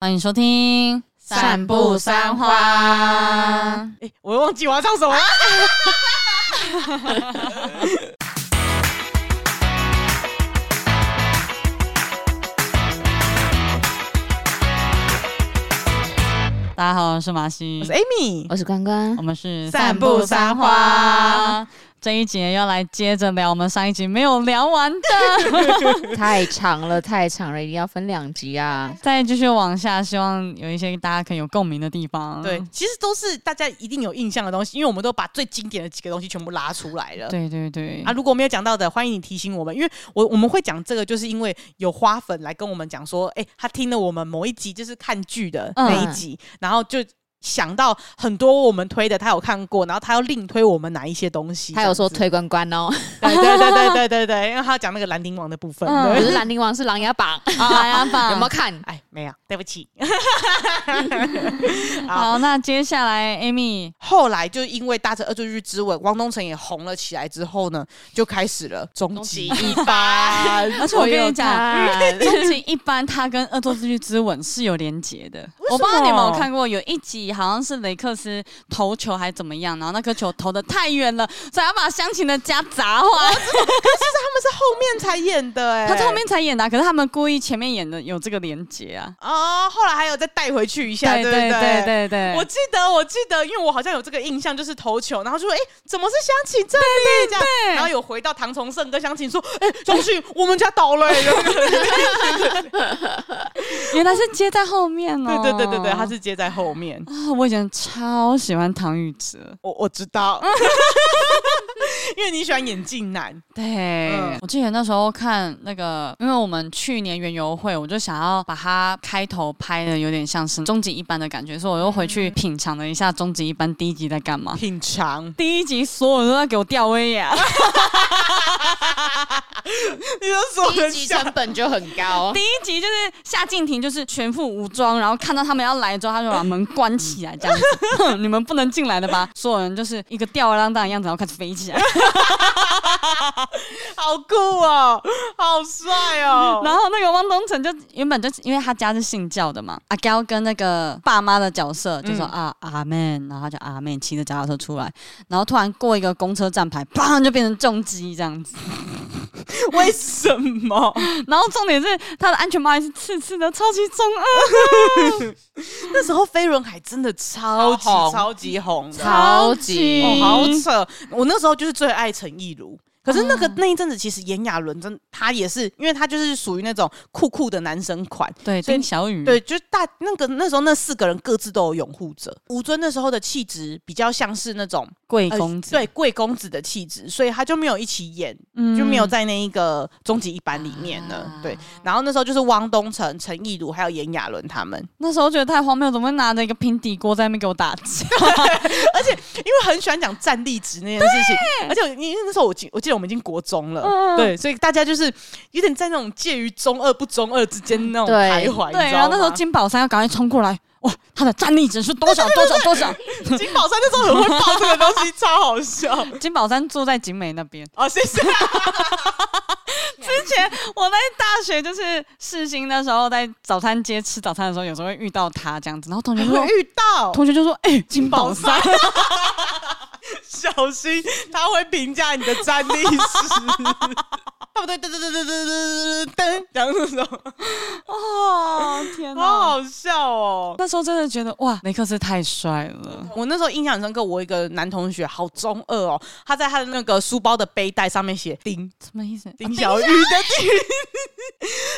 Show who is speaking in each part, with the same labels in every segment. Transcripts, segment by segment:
Speaker 1: 欢迎收听《
Speaker 2: 散步三花》。
Speaker 1: 哎、
Speaker 2: 我又忘记我要唱什么了。
Speaker 1: 大家好，我是马西
Speaker 2: 我，是 Amy，
Speaker 3: 我哦是关关
Speaker 1: 我，们是
Speaker 2: 散步三花。
Speaker 1: 这一集要来接着聊我们上一集没有聊完的，
Speaker 3: 太长了，太长了，一定要分两集啊！
Speaker 1: 再继续往下，希望有一些大家可以有共鸣的地方。
Speaker 2: 对，其实都是大家一定有印象的东西，因为我们都把最经典的几个东西全部拉出来了。
Speaker 1: 对对对
Speaker 2: 啊，，如果没有讲到的，欢迎你提醒我们，因为我我们会讲这个，就是因为有花粉来跟我们讲说，哎、他听了我们某一集就是看剧的
Speaker 1: 嗯
Speaker 2: 那一集，然后就想到很多我们推的，他有看过，然后他要另推我们哪一些东西。
Speaker 3: 他有说
Speaker 2: 这样
Speaker 3: 推关关哦，
Speaker 2: 子，对对对对对对对，因为他要讲那个兰陵王的部分。
Speaker 1: 嗯
Speaker 3: 不
Speaker 2: 对
Speaker 3: 是《兰陵王》，是《琅琊榜》
Speaker 1: 来啊吧
Speaker 3: 有没有 看？
Speaker 2: 哎，没有，对不起。
Speaker 1: 好，那接下来 Amy，
Speaker 2: 后来就因为《大哲二柱日之吻》，汪东城也红了起来之后呢，就开始了终极一班。
Speaker 1: 而且我跟你讲。
Speaker 3: 讲，
Speaker 1: 终极一般，它跟《恶作剧之吻》是有连结的。
Speaker 2: 什么
Speaker 1: 我不知道你们有看过，有一集好像是雷克斯投球还怎么样，然后那颗球投的太远了，所以他把湘琴的家砸坏。
Speaker 2: 他是后面才演的、哎，
Speaker 1: 他在后面才演的啊、可是他们故意前面演的有这个连结啊。
Speaker 2: 哦，后来还有再带回去一下，
Speaker 1: 对
Speaker 2: 对
Speaker 1: 对
Speaker 2: 不
Speaker 1: 对对对，
Speaker 2: 我记得，我记得，因为我好像有这个印象，就是投球，然后就说：“哎、怎么是湘琴这里？”这样，然后有回到唐崇盛跟湘琴说：“哎、湘琴，我们家倒了、哎
Speaker 1: 原来是接在后面哦。
Speaker 2: 对对对对对，他是接在后面。
Speaker 1: 啊、我以前超喜欢唐禹哲，
Speaker 2: 我我知道，因为你喜欢眼镜男，
Speaker 1: 对，
Speaker 2: 嗯
Speaker 1: 我记得那时候看那个，因为我们去年园游会，我就想要把它开头拍的有点像是终极一班的感觉，所以我又回去品尝了一下终极一班第一集在干嘛。
Speaker 2: 品尝。
Speaker 1: 第一集所有人都在给我吊威亚，
Speaker 2: 你说说
Speaker 3: 第
Speaker 2: 得
Speaker 3: 一集
Speaker 2: 像
Speaker 3: 成本就很高
Speaker 1: 第。一集就是夏静婷就是全副武装，然后看到他们要来之后，他就把门关起来，这样子， 哼，你们不能进来的吧？所有人就是一个吊儿郎当的样子，然后开始飞起来，
Speaker 2: 好酷哦，好帅哦！
Speaker 1: 然后那个汪东城就原本就是因为他家是信教的嘛，阿娇跟那个爸妈的角色就说、
Speaker 2: 嗯
Speaker 1: 啊阿门，然后他就啊阿门骑着脚踏车出来，然后突然过一个公车站牌，砰就变成重击这样子。
Speaker 2: 为什么？
Speaker 1: 然后重点是他的安全帽还是刺刺的，超级中二，
Speaker 2: 那时候飞轮海真的超级
Speaker 3: 超红
Speaker 2: 超级红的，
Speaker 3: 超级
Speaker 2: 哦，好扯！我那时候就是最爱陈意如。可是那个、那一阵子，其实炎亚纶真他也是，因为他就是属于那种酷酷的男生款，
Speaker 1: 对，
Speaker 2: 所以
Speaker 1: 丁小雨，
Speaker 2: 对，就是大那个那时候那四个人各自都有拥护者。吴尊那时候的气质比较像是那种
Speaker 1: 贵
Speaker 2: 呃
Speaker 1: 公子，
Speaker 2: 对贵公子的气质，所以他就没有一起演
Speaker 1: 嗯
Speaker 2: 就没有在那一个终极一班里面了。
Speaker 1: 啊
Speaker 2: 对，然后那时候就是汪东城、陈意如还有炎亚纶他们，
Speaker 1: 那时候觉得太荒谬，怎么会拿着一个平底锅在那边给我打 架？
Speaker 2: 因为很喜欢讲战力值那件事情，而且因为那时候我记我记得我们已经国中了，
Speaker 1: 嗯
Speaker 2: 对，所以大家就是有点在那种介于中二不中二之间那种
Speaker 3: 对
Speaker 2: 徘徊。你
Speaker 1: 对，
Speaker 2: 知道
Speaker 1: 然后那时候
Speaker 2: 吗
Speaker 1: 金宝山要赶快冲过来，哇，他的战力值是多少多少多 少？
Speaker 2: 金宝山那时候很会爆这个东西，超好 笑。
Speaker 1: 金宝山住在景美那边。
Speaker 2: 哦，谢谢。
Speaker 1: 之前我在大学就是世新那时候在早餐街吃早餐的时候，有时候会遇到他这样子，然后同学就说
Speaker 2: 会遇到
Speaker 1: 同学就说：“哎、金宝 山。
Speaker 2: 小心，他会评价你的战力值。对不对，噔噔噔噔噔噔噔噔，讲这种，”
Speaker 1: 哦，天
Speaker 2: 好
Speaker 1: 哪！
Speaker 2: 好笑哦。
Speaker 1: 那时候真的觉得哇，雷克斯太帅了。
Speaker 2: 我那时候印象很深刻，我一个男同学好中二哦，他在他的那个书包的背带上面写丁
Speaker 1: 什么意思？
Speaker 2: 啊丁小雨的丁，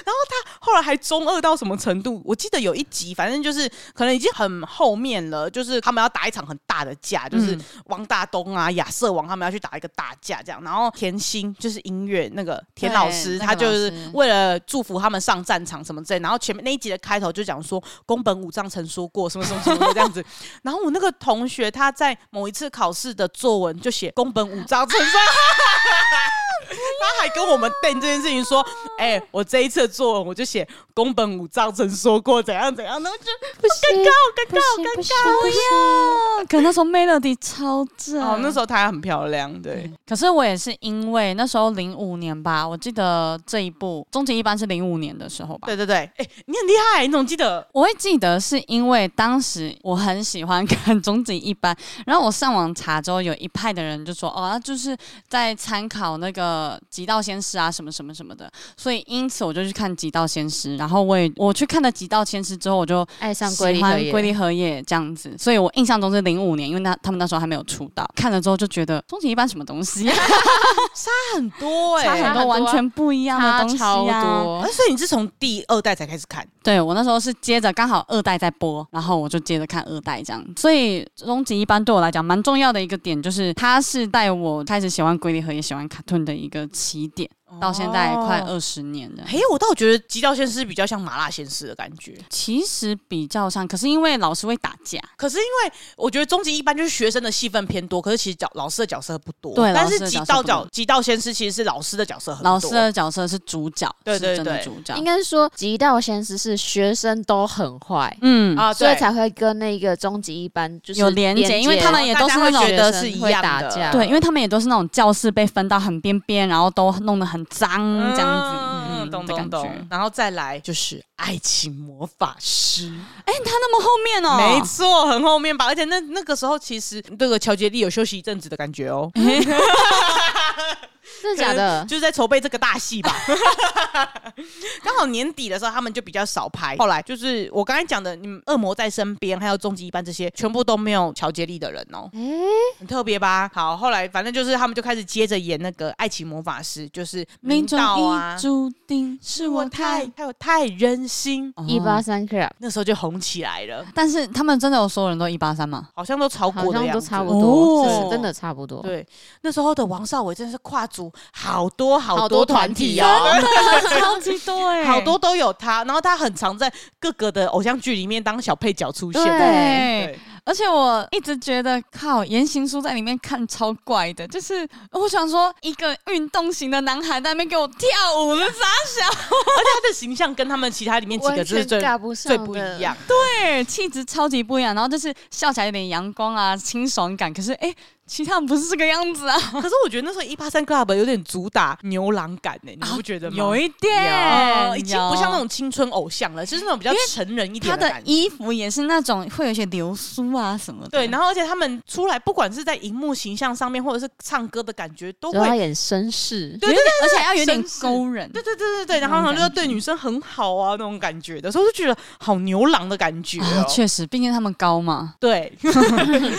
Speaker 2: 然 后他后来还中二到什么程度？我记得有一集，反正就是可能已经很后面了，就是他们要打一场很大的架，就是
Speaker 1: 嗯
Speaker 2: 王大东啊、亚瑟王他们要去打一个大架这样。然后田心就是音乐那个田老
Speaker 1: 对
Speaker 2: 师，他就
Speaker 1: 那个老
Speaker 2: 是
Speaker 1: 师
Speaker 2: 为了祝福他们上战场什么之类，然后前面那一集的开头就讲说宫本武藏曾说过什么什么什么的这样子。然后我那个同 学他在某一次考试的作文就写宫本武藏曾说。他还跟我们瞪这件事情说，哎、我这一次的作文我就写宫本武藏曾说过怎样怎样，然后就
Speaker 3: 不行，
Speaker 2: 尴尬
Speaker 3: 不行
Speaker 2: 尴尬
Speaker 3: 不行
Speaker 2: 尴尬。
Speaker 3: 不行，
Speaker 1: 哦可那时候 Melody 超正
Speaker 2: 哦，那时候她很漂亮，对，
Speaker 1: 可是我也是因为那时候零五年吧，我记得这一部《终极一班》是零五年的时候吧。
Speaker 2: 对对对，哎、你很厉害，你总记得
Speaker 1: 我会记得是因为当时我很喜欢看《终极一班》，然后我上网查之后，有一派的人就说：“哦，他就是在参考那个《极道先师》啊，什么什么什么的。”所以因此我就去看《极道先师》，然后我也我去看了《极道先师》之后，我就
Speaker 3: 爱上
Speaker 1: 喜
Speaker 3: 龟梨和
Speaker 1: 欢
Speaker 3: 也
Speaker 1: 龟梨和也这样子。所以我印象中是零五年，因为那他们那时候还没有出道，看了之后就觉得《终极一班》什么东西啊、
Speaker 2: 很多 哎、
Speaker 1: 差很
Speaker 3: 差
Speaker 1: 多，
Speaker 3: 很多
Speaker 1: 完
Speaker 3: 啊
Speaker 1: 全不一样的
Speaker 3: 差
Speaker 1: 东西
Speaker 3: 超
Speaker 1: 啊。
Speaker 2: 啊
Speaker 3: 多，
Speaker 2: 所以你是从第二代才开始看，
Speaker 1: 对我那时候是接着刚好二代在播，然后我就接着看二代这样。所以终极一班对我来讲蛮重要的一个点，就是它是带我开始喜欢龟梨和也喜欢卡顿的一个起点，到现在快
Speaker 2: 哦
Speaker 1: 二十年了。
Speaker 2: 嘿，我倒觉得《极道先师》比较像麻辣鲜师的感觉，
Speaker 1: 其实比较像，可是因为老师会打架，
Speaker 2: 可是因为我觉得终极一般就是学生的戏份偏多，可是其实角老师的角色不多。
Speaker 1: 对
Speaker 2: 但
Speaker 1: 老
Speaker 2: 是
Speaker 1: 师的
Speaker 2: 极
Speaker 1: 角色
Speaker 2: 道
Speaker 1: 不多
Speaker 2: 角极道先师其实是老师的角色很多。
Speaker 1: 老师的角色是主角，
Speaker 2: 对对
Speaker 1: 是真的
Speaker 2: 对
Speaker 1: 主角
Speaker 3: 应。该说极道先师是学生都很坏，
Speaker 1: 嗯
Speaker 2: 啊，
Speaker 3: 所以
Speaker 2: 对，
Speaker 3: 才会跟那个终极一班就是
Speaker 1: 有连结因为他们也都是那
Speaker 2: 大家
Speaker 1: 种
Speaker 2: 会觉得是一样
Speaker 3: 打
Speaker 2: 的，
Speaker 3: 架
Speaker 1: 对，因为他们也都是那种教室被分到很边边，然后都弄得很脏
Speaker 2: 嗯
Speaker 1: 这样子。嗯
Speaker 2: 懂
Speaker 1: 的
Speaker 2: 懂
Speaker 1: 感
Speaker 2: 懂
Speaker 1: 觉。
Speaker 2: 然后再来就是爱情魔法师，
Speaker 1: 他哎那么后面哦，
Speaker 2: 没错，很后面吧。而且那那个时候其实这个乔杰利有休息一阵子的感觉哦，
Speaker 1: 嗯
Speaker 3: 真的假的？
Speaker 2: 就是在筹备这个大戏吧。 刚好年底的时候，他们就比较少拍。后来就是我刚才讲的，你们《恶魔在身边》还有《终极一班》这些，全部都没有乔杰利的人哦，
Speaker 3: 哎、
Speaker 2: 很特别吧？好，后来反正就是他们就开始接着演那个《爱情魔法师》，就是
Speaker 1: 命
Speaker 2: 明
Speaker 1: 中
Speaker 2: 道啊
Speaker 1: 已，注定是
Speaker 2: 是我
Speaker 1: 我太
Speaker 2: 太还有太任性，
Speaker 1: 哦
Speaker 3: 一八三 club
Speaker 2: 那时候就红起来了，
Speaker 1: 但是他们真的有所有人都一八三吗？
Speaker 2: 好像都超
Speaker 3: 好
Speaker 2: 过的
Speaker 3: 像
Speaker 2: 样
Speaker 3: 都
Speaker 2: 子
Speaker 3: 差不
Speaker 1: 哦
Speaker 3: 多，是是真的差不多。
Speaker 2: 对，那时候的王少伟真的是跨足好多好
Speaker 3: 好
Speaker 2: 多
Speaker 3: 多
Speaker 2: 团
Speaker 3: 团
Speaker 2: 体
Speaker 3: 体
Speaker 2: 哦
Speaker 3: 哦，
Speaker 1: 超级多哎
Speaker 2: 好多欸都有他，然后他很常在各个的偶像剧里面当小配角出现。
Speaker 1: 对
Speaker 2: 对，
Speaker 1: 而且我一直觉得靠言行书在里面看超怪的，就是我想说一个运动型的男孩在那边给我跳舞了，傻小
Speaker 2: 他的形象跟他们其他里面几个
Speaker 3: 完
Speaker 2: 就是
Speaker 3: 全
Speaker 2: 最
Speaker 3: 尬不上
Speaker 2: 最
Speaker 3: 的，
Speaker 2: 不 一样。
Speaker 1: 对，气质超级不一样，然后就是笑起来有点阳光啊，清爽感，可是哎、其他人不是这个样子啊，
Speaker 2: 可是我觉得那时候一八三 club 有点主打牛郎感呢、你不觉得吗？
Speaker 1: 有一
Speaker 2: 哦
Speaker 1: 点，
Speaker 2: 已经不像那
Speaker 1: 有。
Speaker 2: 种青春偶像了，就是那种比较
Speaker 1: 因为
Speaker 2: 成人一点
Speaker 1: 他
Speaker 2: 的
Speaker 1: 的
Speaker 2: 感觉。
Speaker 1: 衣服也是那种会有一些流苏啊什么的，
Speaker 2: 对，然后而且他们出来，不管是在荧幕形象上面，或者是唱歌的感觉，都
Speaker 3: 都要
Speaker 2: 会。
Speaker 3: 演绅士，
Speaker 2: 对对
Speaker 1: 有
Speaker 2: 对
Speaker 1: 点，而且还要有点
Speaker 2: 绅士
Speaker 1: 勾人，
Speaker 2: 对对对对对，然
Speaker 1: 那种
Speaker 2: 后好像就
Speaker 1: 感
Speaker 2: 对女生很好啊，那种感觉的，所以我就觉得好牛郎的感觉、
Speaker 1: 啊
Speaker 2: 哦，
Speaker 1: 确实，毕竟他们高嘛，
Speaker 2: 对，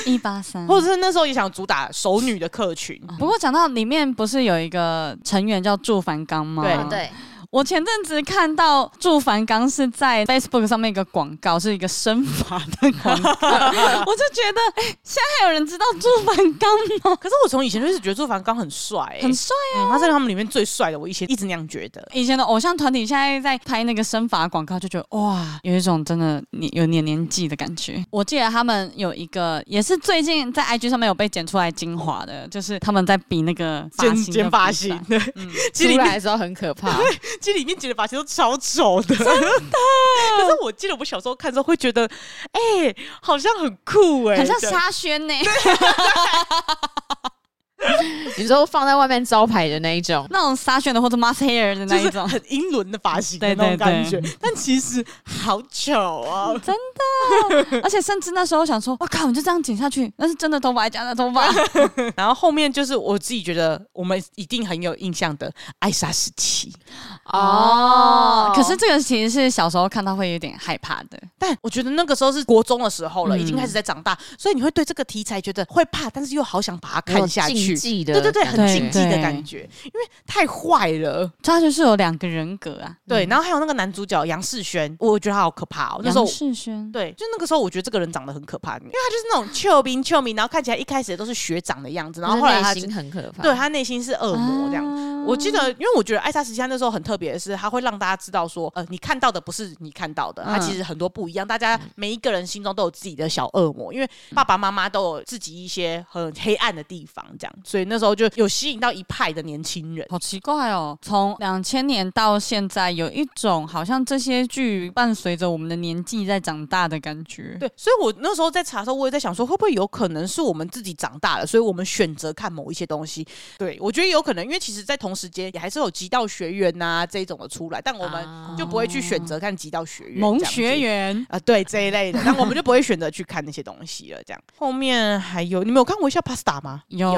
Speaker 1: 一八三。
Speaker 2: 或者是那时候也想主打熟女的客群，
Speaker 1: 不过讲到里面不是有一个成员叫祝凡刚吗？
Speaker 2: 对
Speaker 3: 啊对，
Speaker 1: 我前阵子看到祝凡刚是在 Facebook 上面一个广告，是一个身法的广 告，我就觉得，哎、现在还有人知道祝凡刚吗？
Speaker 2: 可是我从以前就是觉得朱凡刚很帅、欸，
Speaker 1: 哦很帅。啊
Speaker 2: 嗯他是他们里面最帅的，我以前一直那样觉得。
Speaker 1: 以前的偶像团体现在在拍那个身法广告，就觉得哇，有一种真的年有年年纪的感觉。我记得他们有一个，也是最近在 IG 上面有被剪出来精华的，就是他们在比那个发
Speaker 2: 剪
Speaker 1: 型的
Speaker 2: 剪发
Speaker 1: 比赛嗯
Speaker 2: 型，对， 其实
Speaker 3: 出
Speaker 2: 里
Speaker 3: 来
Speaker 2: 面
Speaker 3: 的时候很可怕。
Speaker 2: 其实里面剪的发型都超丑的，真的。 可是我记得我小时候看的时候会觉得，哎、好像很酷哎、
Speaker 1: 很像
Speaker 2: 这样
Speaker 1: 沙宣呢、
Speaker 3: 你说放在外面招牌的那一种，
Speaker 1: 那种沙宣的或者 Mass Hair 的那一
Speaker 2: 就是
Speaker 1: 种，
Speaker 2: 很英伦的发型的
Speaker 1: 对
Speaker 2: 那种
Speaker 1: 对
Speaker 2: 感觉
Speaker 1: 对，
Speaker 2: 但其实好丑 哦。
Speaker 1: 而且甚至那时候想说，我靠，你就这样剪下去，那是真的头发还是假的头 发？
Speaker 2: 然后后面就是我自己觉得我们一定很有印象的艾莎时期，
Speaker 3: 哦
Speaker 1: 可是这个其实是小时候看到会有点害怕的，
Speaker 2: 但我觉得那个时候是国中的时候了，
Speaker 1: 嗯
Speaker 2: 已经开始在长大，所以你会对这个题材觉得会怕，但是又好想把它看下去
Speaker 3: 有禁。忌的
Speaker 2: 对
Speaker 3: 感
Speaker 2: 对
Speaker 3: 觉，
Speaker 2: 对，很禁忌的
Speaker 1: 对
Speaker 2: 感觉，因为太坏了。
Speaker 1: 他就是有两个人格啊。
Speaker 2: 对，然后还有那个男主角杨世轩，我觉得他好可怕哦。那时候
Speaker 1: 杨世轩，
Speaker 2: 对，就那个时候我觉得这个人长得很可怕，因为他就是那种俏兵俏兵，然后看起来一开始都是学长的样子，然后后来
Speaker 3: 就是
Speaker 2: 他
Speaker 3: 内
Speaker 2: 就
Speaker 3: 心很可怕。
Speaker 2: 对他内心是恶魔这样。
Speaker 1: 啊
Speaker 2: 我记得，因为我觉得《艾莎时期》那时候很特别的是，它会让大家知道说，呃，你看到的不是你看到的，它
Speaker 1: 嗯
Speaker 2: 其实很多不一样。大家每一个人心中都有自己的小恶魔，因为爸爸妈妈都有自己一些很黑暗的地方，这样，所以那时候就有吸引到一派的年轻人。
Speaker 1: 好奇怪哦！从两千年到现在，有一种好像这些剧伴随着我们的年纪在长大的感觉。
Speaker 2: 对，所以我那时候在查的时候，我也在想说，会不会有可能是我们自己长大了，所以我们选择看某一些东西？对我觉得有可能，因为其实，在同时间也还是有极道学员呐、这一种的出来，但我
Speaker 3: 啊
Speaker 2: 们就不会去选择看极道哦学员、
Speaker 1: 萌学员，
Speaker 2: 啊、对这一类的，但我们就不会选择去看那些东西了。这样 后面还有，你们有看过一下 Pasta 吗？
Speaker 1: 有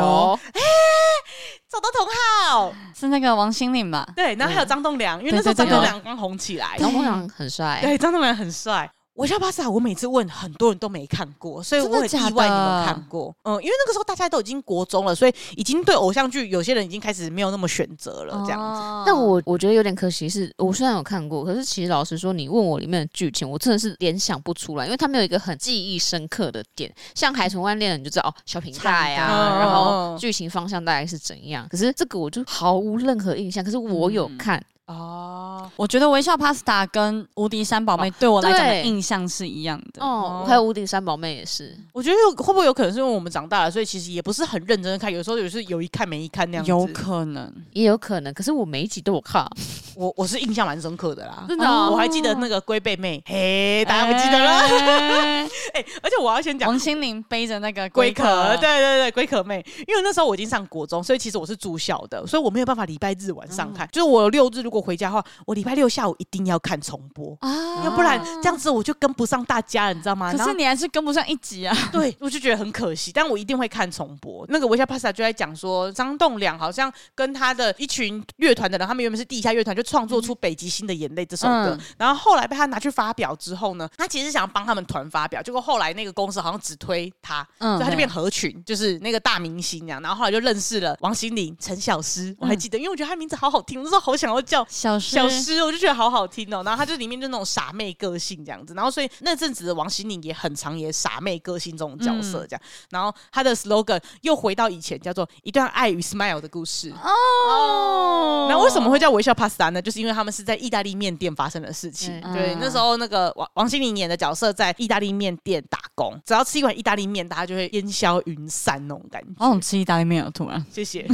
Speaker 2: 找到同好，
Speaker 1: 是那个王心凌吧？
Speaker 2: 对，然后还有张栋梁，因为那时候张栋梁刚红起来，
Speaker 3: 然后我想很帅，
Speaker 2: 对，张栋梁很帅。我叫巴萨，我每次问很多人都没看过，所以
Speaker 1: 真
Speaker 2: 我
Speaker 1: 的
Speaker 2: 很
Speaker 1: 假
Speaker 2: 意外你们
Speaker 1: 的
Speaker 2: 看过。嗯，因为那个时候大家都已经国中了，所以已经对偶像剧有些人已经开始没有那么选择了，这样子。
Speaker 1: 哦
Speaker 3: 但我我觉得有点可惜是，我虽然有看过，可是其实老实说，你问我里面的剧情，我真的是联想不出来，因为它没有一个很记忆深刻的点。像《海豚湾恋人》，你就知道哦，小平太
Speaker 2: 唱歌
Speaker 3: 啊，然后剧情方向大概是怎样。可是这个我就毫无任何印象。可是我有
Speaker 2: 嗯
Speaker 3: 看，
Speaker 2: 哦，
Speaker 1: 我觉得微笑 Pasta 跟无敌三宝妹对我来讲的
Speaker 3: 对
Speaker 1: 印象是一样的。
Speaker 3: 哦，还有《屋顶三宝妹》也是，
Speaker 2: 我觉得有会不会有可能是因为我们长大了，所以其实也不是很认真的看，有时候也是有一看没一看那样子。
Speaker 1: 有可能，
Speaker 3: 也有可能。可是我每一集都有看，
Speaker 2: 我我是印象蛮深刻的啦。
Speaker 3: 真的哦
Speaker 2: 我还记得那个龟背妹，嘿，大家不
Speaker 1: 不
Speaker 2: 记得了？
Speaker 1: 了。
Speaker 2: 而且我要先讲
Speaker 1: 哎王心凌背着那个
Speaker 2: 龟
Speaker 1: 龟
Speaker 2: 壳
Speaker 1: 壳，，
Speaker 2: 对对对，龟壳妹。因为那时候我已经上国中，所以其实我是住校的，所以我没有办法礼拜日晚上
Speaker 1: 嗯
Speaker 2: 看。就是我六日如果回家的话，我礼拜六下午一定要看重播。
Speaker 1: 啊
Speaker 2: 要不然这样子我就跟不上大家了，你知道吗？
Speaker 1: 可
Speaker 2: 啊然
Speaker 1: 是
Speaker 2: 后
Speaker 1: 你还是跟不上一集啊。
Speaker 2: 对 我就觉得很可惜，但我一定会看重播。那个维夏帕萨就在讲说，张栋梁好像跟他的一群乐团的人，他们原本是地下乐团，就创作出《北极星的眼泪》这首歌，
Speaker 1: 嗯
Speaker 2: 然后后来被他拿去发表之后呢，他其实想帮他们团发表，结果后来那个公司好像只推他，
Speaker 1: 嗯
Speaker 2: 所以他就变合群，就是那个大明星这样。然后后来就认识了王心凌、陈小诗，
Speaker 1: 嗯
Speaker 2: 我还记得，因为我觉得他名字好好听，我那时候好想要叫
Speaker 1: 小诗
Speaker 2: 小诗，我就觉得好好听哦、然后他就里面就那种傻妹个性这样子，然后所以那阵子的王心凌也很常演傻妹个性这种角色这样。然后他的 slogan 又回到以前，叫做一段爱与 smile 的故事。
Speaker 1: 哦
Speaker 2: 那为什么会叫微笑 pasta 呢？就是因为他们是在意大利面店发生的事情。
Speaker 1: 嗯
Speaker 2: 对，
Speaker 1: 嗯
Speaker 2: 那时候那个王王心凌演的角色在意大利面店打工，只要吃一碗意大利面，大家就会烟消云散那种感觉。
Speaker 1: 好想吃意大利面哦！突然，
Speaker 2: 谢 谢。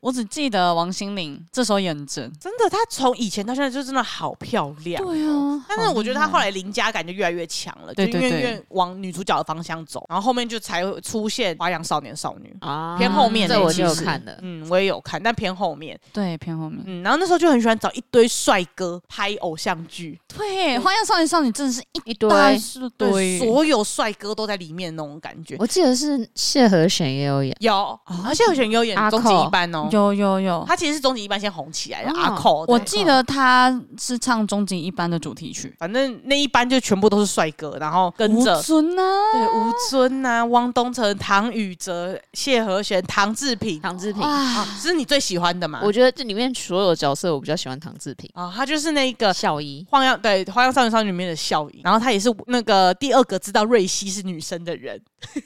Speaker 1: 我只记得王心凌这时候也很正。
Speaker 2: 真的，她从以前到现在就真的好漂亮。
Speaker 1: 对啊，
Speaker 2: 但是我觉得她后来邻家感就越来越强了，
Speaker 1: 对
Speaker 2: 就因
Speaker 1: 对
Speaker 2: 为
Speaker 1: 对
Speaker 2: 因为往女主角的方向走，然后后面就才会出现《花样少年少女》。
Speaker 3: 啊
Speaker 2: 偏后面
Speaker 3: 这
Speaker 2: 欸
Speaker 3: 我就有
Speaker 2: 其实
Speaker 3: 看了。
Speaker 2: 嗯，我也有看，但偏后面。
Speaker 1: 对偏后面。
Speaker 2: 嗯，然后那时候就很喜欢找一堆帅哥拍偶像剧，
Speaker 1: 对，花样少年少女真的是一
Speaker 3: 一堆，
Speaker 1: 大是
Speaker 2: 对，
Speaker 1: 堆，
Speaker 2: 所有帅哥都在里面那种感觉。
Speaker 3: 我记得是谢和弦也有演，
Speaker 2: 有，而且有选有演
Speaker 3: 阿
Speaker 2: 终极一
Speaker 3: 寇
Speaker 2: 班哦，
Speaker 1: 啊有有有。
Speaker 2: 他其实是终极一班先红起来的
Speaker 3: 哦
Speaker 2: 阿寇，
Speaker 1: 我
Speaker 2: 对
Speaker 1: 记得他是唱《终极一班》的主题曲，
Speaker 2: 反正那一班就全部都是帅哥，然后跟
Speaker 1: 吴
Speaker 2: 着
Speaker 1: 尊啊，
Speaker 2: 对，吴尊呐、汪东城、唐禹哲、谢和弦、唐志平，
Speaker 3: 唐志平。
Speaker 1: 啊，
Speaker 2: 啊，是你最喜欢的嘛？
Speaker 3: 我觉得这里面所有角色，我比较喜欢唐志平、
Speaker 2: 啊，他就是那个《
Speaker 3: 孝一。
Speaker 2: 花样对《花样少年少女》里面的笑影，然后他也是那个第二个知道瑞希是女生的人，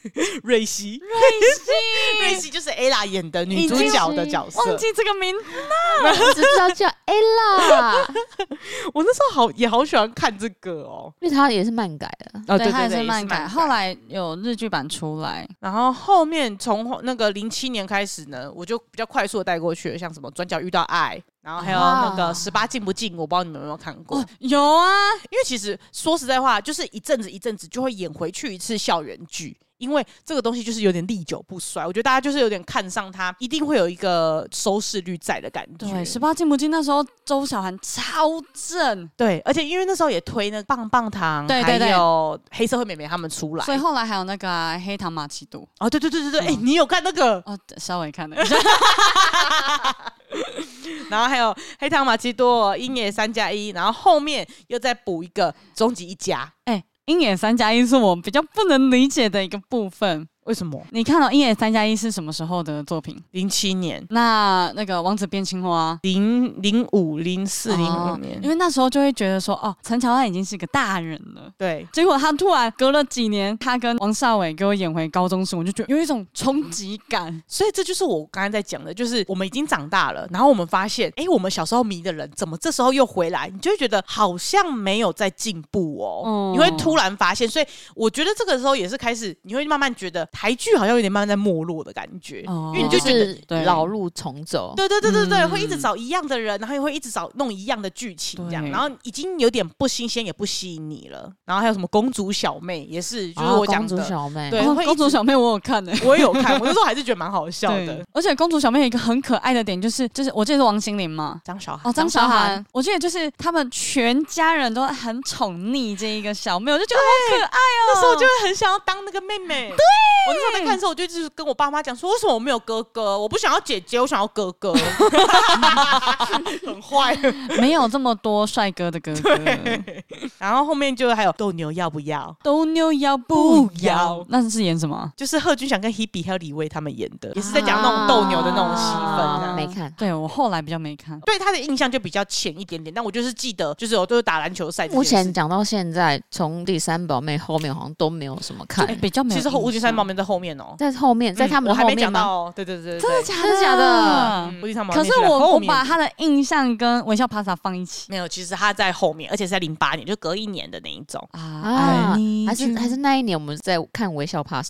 Speaker 2: 瑞希， 瑞希，瑞希就是 ella 演的女主角的角色。
Speaker 1: 忘记这个名字
Speaker 3: 我只知道叫 Ella，
Speaker 2: 我那时候好也好喜欢看这个哦，
Speaker 3: 因为他也是漫改的。
Speaker 2: 哦
Speaker 1: 啊对，他也是漫改，后来有日剧版出来，
Speaker 2: 然后后面从那个零七年开始呢，我就比较快速的带过去了，像什么《转角遇到爱》，然后还有那个《
Speaker 1: 哇
Speaker 2: 十八禁不禁》，我不知道你们有没有看过。
Speaker 1: 哦，有啊，
Speaker 2: 因为其实说实在话，就是一阵子一阵子就会演回去一次校园剧，因为这个东西就是有点历久不衰。我觉得大家就是有点看上它，一定会有一个收视率在的感觉。
Speaker 1: 对，十八禁不禁那时候周小涵超正，
Speaker 2: 对，而且因为那时候也推那个棒棒糖，
Speaker 1: 对对对
Speaker 2: 还有黑社会妹妹他们出来。
Speaker 1: 所以后来还有那个啊、黑糖玛奇朵，
Speaker 2: 哦，对对对对对，哎、
Speaker 1: 嗯
Speaker 2: 你有看那个？
Speaker 1: 哦，稍微看了一下，
Speaker 2: 然后还有黑糖玛奇朵、鹰野三加一，然后后面又再补一个终极一家。
Speaker 1: 哎、鹰眼三加一是我比较不能理解的一个部分，
Speaker 2: 为什么？
Speaker 1: 你看到、哦《鹰眼三加一》是什么时候的作品？
Speaker 2: 零七年、
Speaker 1: 那那个《王子变青
Speaker 2: 哦
Speaker 1: 蛙》
Speaker 2: 零零五、零四、零五
Speaker 1: 哦
Speaker 2: 年，
Speaker 1: 因为那时候就会觉得说，哦，陈乔恩已经是个大人了。
Speaker 2: 对，
Speaker 1: 结果他突然隔了几年，他跟王少伟给我演回高中生，我就觉得有一种冲击感。
Speaker 2: 所以这就是我刚刚在讲的，就是我们已经长大了，然后我们发现，哎，我们小时候迷的人，怎么这时候又回来？你就会觉得好像没有在进步哦，
Speaker 1: 嗯
Speaker 2: 你会突然发现。所以我觉得这个时候也是开始，你会慢慢觉得台剧好像有点慢慢在没落的感觉，
Speaker 1: 哦
Speaker 2: 因 为你就觉得。
Speaker 3: 是
Speaker 1: 对
Speaker 3: 老路重走，
Speaker 2: 对对对对对，
Speaker 1: 嗯
Speaker 2: 会一直找一样的人，然后也会一直找弄一样的剧情，这样，
Speaker 1: 对
Speaker 2: 然后已经有点不新鲜，也不吸引你了。然后还有什么公主小妹，也是，就是
Speaker 3: 啊
Speaker 2: 我讲
Speaker 3: 公主
Speaker 2: 的，
Speaker 3: 小妹，
Speaker 2: 对
Speaker 1: 哦
Speaker 2: 会一
Speaker 1: 公主
Speaker 2: 直
Speaker 1: 小妹我有看呢、
Speaker 2: 我也有看，我那时候还是觉得蛮好笑
Speaker 1: 对
Speaker 2: 的。，
Speaker 1: 而且公主小妹有一个很可爱的点，就是就是我记得是王心凌嘛，
Speaker 2: 张小
Speaker 1: 哦，
Speaker 2: 涵，
Speaker 1: 张
Speaker 3: 小
Speaker 1: 韶
Speaker 3: 涵
Speaker 1: 涵，我记得就是他们全家人都很宠溺这一个小妹，我就觉得好可爱哦。
Speaker 2: 那时候就会很想要当那个妹妹。对，我那时候在看的时候，我就就是跟我爸妈讲说，为什么我没有哥哥？我不想要姐姐，我想要哥哥。很坏。
Speaker 1: 没有这么多帅哥的哥哥，
Speaker 2: 然后后面就还有斗牛要不要？
Speaker 1: 斗牛要不要？那是演什么？啊
Speaker 2: 就是贺军翔跟 Hebe 还有李薇他们演的，也是在讲那种斗牛的那种戏份这
Speaker 3: 啊
Speaker 2: 样。
Speaker 3: 没看。
Speaker 1: 对我后来比较没看，
Speaker 2: 对他的印象就比较浅一点点，但我就是记得，就是我就是打篮球赛这件事。
Speaker 3: 目前讲到现在，从第三宝妹后面好像都没有什么看
Speaker 1: 哎，，比较没有
Speaker 2: 其
Speaker 1: 印
Speaker 2: 实
Speaker 1: 象。
Speaker 2: 后吴军山旁边在后面哦，
Speaker 3: 在后面，在他
Speaker 2: 嗯
Speaker 3: 们
Speaker 2: 我
Speaker 3: 的
Speaker 2: 还
Speaker 3: 后
Speaker 2: 没
Speaker 3: 面
Speaker 2: 讲到
Speaker 3: 吗？
Speaker 2: 哦。对对对对，
Speaker 1: 真的
Speaker 2: 对
Speaker 1: 假
Speaker 3: 真
Speaker 1: 的？
Speaker 3: 的假的
Speaker 2: 嗯吴军山旁
Speaker 1: 可
Speaker 2: 边
Speaker 1: 是
Speaker 2: 在
Speaker 1: 我
Speaker 2: 后
Speaker 1: 我
Speaker 2: 面
Speaker 1: 把他的印象跟微笑帕萨放一起
Speaker 2: 没有，其实他在后面，而且是在零八年，就隔一年的那一种。
Speaker 1: 啊
Speaker 3: 啊
Speaker 1: 爱你，
Speaker 3: 还是
Speaker 1: 去
Speaker 3: 还是那一年我们在看《微笑 Pasta》，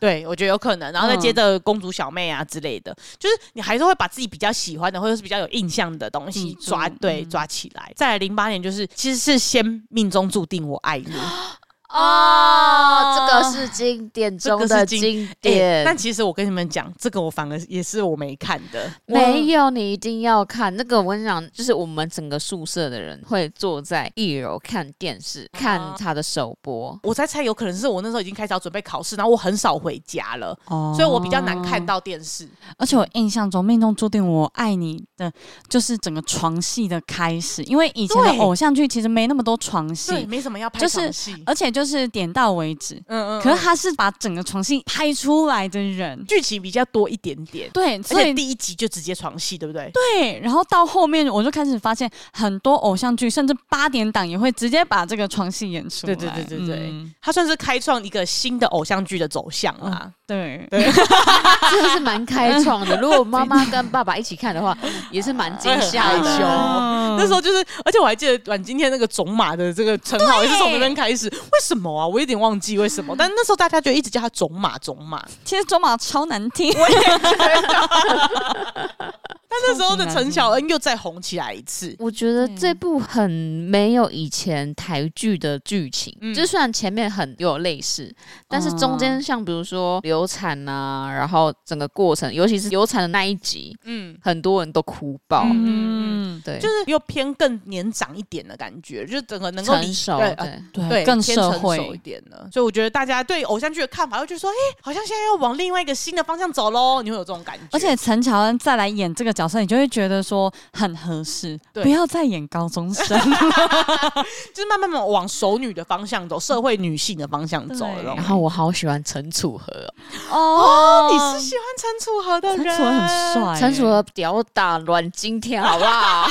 Speaker 2: 对，我觉得有可能，然后再接
Speaker 1: 嗯
Speaker 2: 着公主小妹啊之类的，就是你还是会把自己比较喜欢的或者是比较有印象的东西
Speaker 1: 记住
Speaker 2: 抓对抓起来。再来零八年就是其实是先命中注定我爱你，
Speaker 3: 哦，这个是经典中的经哎
Speaker 2: 诶
Speaker 3: 典
Speaker 2: 但，其实我跟你们讲，这个我反而也是我没看的，
Speaker 3: 没有你一定要看那个。我跟你讲，就是我们整个宿舍的人会坐在一楼看电视，看他的首 播。
Speaker 2: 我在猜，有可能是我那时候已经开始要准备考试，然后我很少回家了，
Speaker 1: 哦
Speaker 2: 所以我比较难看。到电视。
Speaker 1: 而且我印象中，命中注定我爱你的就是整个床戏的开始，因为以前的
Speaker 2: 对
Speaker 1: 偶像剧其实没那么多床
Speaker 2: 对，
Speaker 1: 戏，
Speaker 2: 没什么要拍
Speaker 1: 就是
Speaker 2: 场戏。
Speaker 1: 而且就是点到为止。
Speaker 2: 嗯嗯
Speaker 1: 可是他是把整个床戏拍出来的人，
Speaker 2: 剧情比较多一点点，
Speaker 1: 对，
Speaker 2: 而
Speaker 1: 所
Speaker 2: 且
Speaker 1: 以
Speaker 2: 第一集就直接床戏，对不对？
Speaker 1: 对，然后到后面我就开始发现很多偶像剧，甚至八点档也会直接把这个床戏演出来。
Speaker 2: 对对对对对
Speaker 1: 嗯
Speaker 2: 它算是开创一个新的偶像剧的走向啦。
Speaker 1: 对
Speaker 2: 对，
Speaker 3: 真的是蛮开创的。如果妈妈跟爸爸一起看的话，也是蛮惊吓
Speaker 2: 害羞
Speaker 3: 的。
Speaker 1: 嗯
Speaker 2: 那时候就是，而且我还记得阮经天那个种马的这个称号也是从那边开始。为什么啊？我有点忘记为 什么，但那时候大家就一直叫他种马，种马。
Speaker 1: 其实卓玛超难听，
Speaker 2: 但那时候的陈小恩又再红起来一次。
Speaker 3: 我觉得
Speaker 2: 嗯
Speaker 3: 这部很没有以前台剧的剧情，
Speaker 2: 嗯哦
Speaker 3: 就是虽然前面很有类似，但是中间像比如说流产啊，然后整个过程，尤其是流产的那一集，
Speaker 2: 嗯，
Speaker 3: 很多人都哭爆。
Speaker 1: 嗯，
Speaker 3: 对，
Speaker 2: 就是又偏更年长一点的感觉，就是整个能够理
Speaker 3: 成熟，
Speaker 2: 对
Speaker 3: 对，
Speaker 2: 呃
Speaker 1: 对，
Speaker 2: 对，
Speaker 1: 更
Speaker 2: 偏
Speaker 1: 社
Speaker 2: 成熟一
Speaker 1: 会。
Speaker 2: 点了。所以我觉得大家对偶像剧的看法，会觉得说，哎、好像现在要往另外一个新的方向走喽，你会有这种感觉。
Speaker 1: 而且陈乔恩再来演这个角色，你就会觉得说很合适，
Speaker 2: 对
Speaker 1: 不要再演高中 生。
Speaker 2: 就是慢慢慢慢往熟女的方向走，社会女性的方向走了。
Speaker 3: 然后我好喜欢陈楚河哦，
Speaker 1: 哦
Speaker 2: 你是喜欢陈楚河的人，
Speaker 1: 陈楚河很帅、
Speaker 2: 哎
Speaker 3: 陈楚河屌打阮经天，好 不好？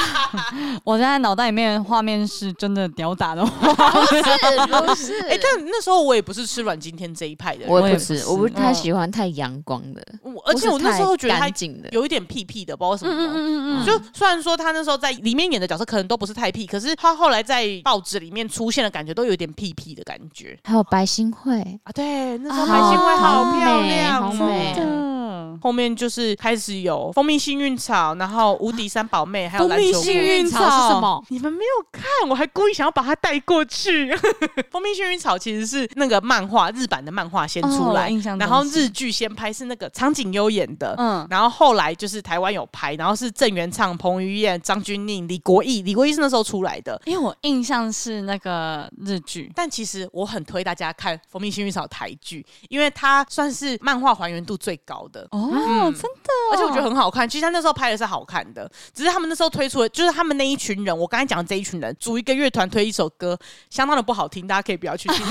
Speaker 1: 我现在脑袋里面画面是真的屌打的话，
Speaker 3: 是不 是？
Speaker 2: 哎、但那时候我也不是吃阮经天这一派的人，
Speaker 3: 我
Speaker 1: 我
Speaker 3: 也
Speaker 1: 也不
Speaker 3: 不是
Speaker 1: 是，
Speaker 3: 我不太
Speaker 2: 嗯
Speaker 3: 喜欢太阳光的，
Speaker 2: 我而且我那时候觉得他
Speaker 3: 干净的，
Speaker 2: 有一点屁屁的，不知道为什么。
Speaker 1: 嗯
Speaker 2: 就虽然说他那时候在里面演的角色可能都不是太屁，可是他后来在报纸里面出现的感觉都有点屁屁的感觉
Speaker 3: 还有白新慧，
Speaker 2: 啊。对，那时候
Speaker 3: 啊
Speaker 2: 白新慧好
Speaker 3: 好
Speaker 2: 漂
Speaker 3: 美
Speaker 2: 亮
Speaker 3: 好美
Speaker 2: 哦，
Speaker 1: 嗯，
Speaker 2: 后面就是开始有蜂蜜幸运草，然后无敌三宝妹，还有篮球
Speaker 1: 蜂蜜幸
Speaker 2: 妹。
Speaker 1: 运草
Speaker 3: 是什么？
Speaker 2: 你们没有看，我还故意想要把它带过去。 蜂蜜幸运草其实是那个漫画日版的漫画先出
Speaker 1: 哦我
Speaker 2: 来，
Speaker 1: 印象中
Speaker 2: 然后日剧先拍是那个长井优演的。
Speaker 1: 嗯，
Speaker 2: 然后后来就是台湾有拍，然后是郑元畅、彭于晏、张钧甯、李国毅，李国毅是那时候出来的。
Speaker 1: 因为我印象是那个日剧，
Speaker 2: 但其实我很推大家看《蜂蜜幸运草》台剧，因为它算是漫画还原度最高的。
Speaker 1: 哦，
Speaker 2: 嗯
Speaker 1: 真的
Speaker 2: 而且我觉得很好看。其实他那时候拍的是好看的，只是他们那时候推出的，就是他们那一群人，我刚才讲的这一群人，组一个乐团推一首歌，相当的不好听，大家可以不要去听。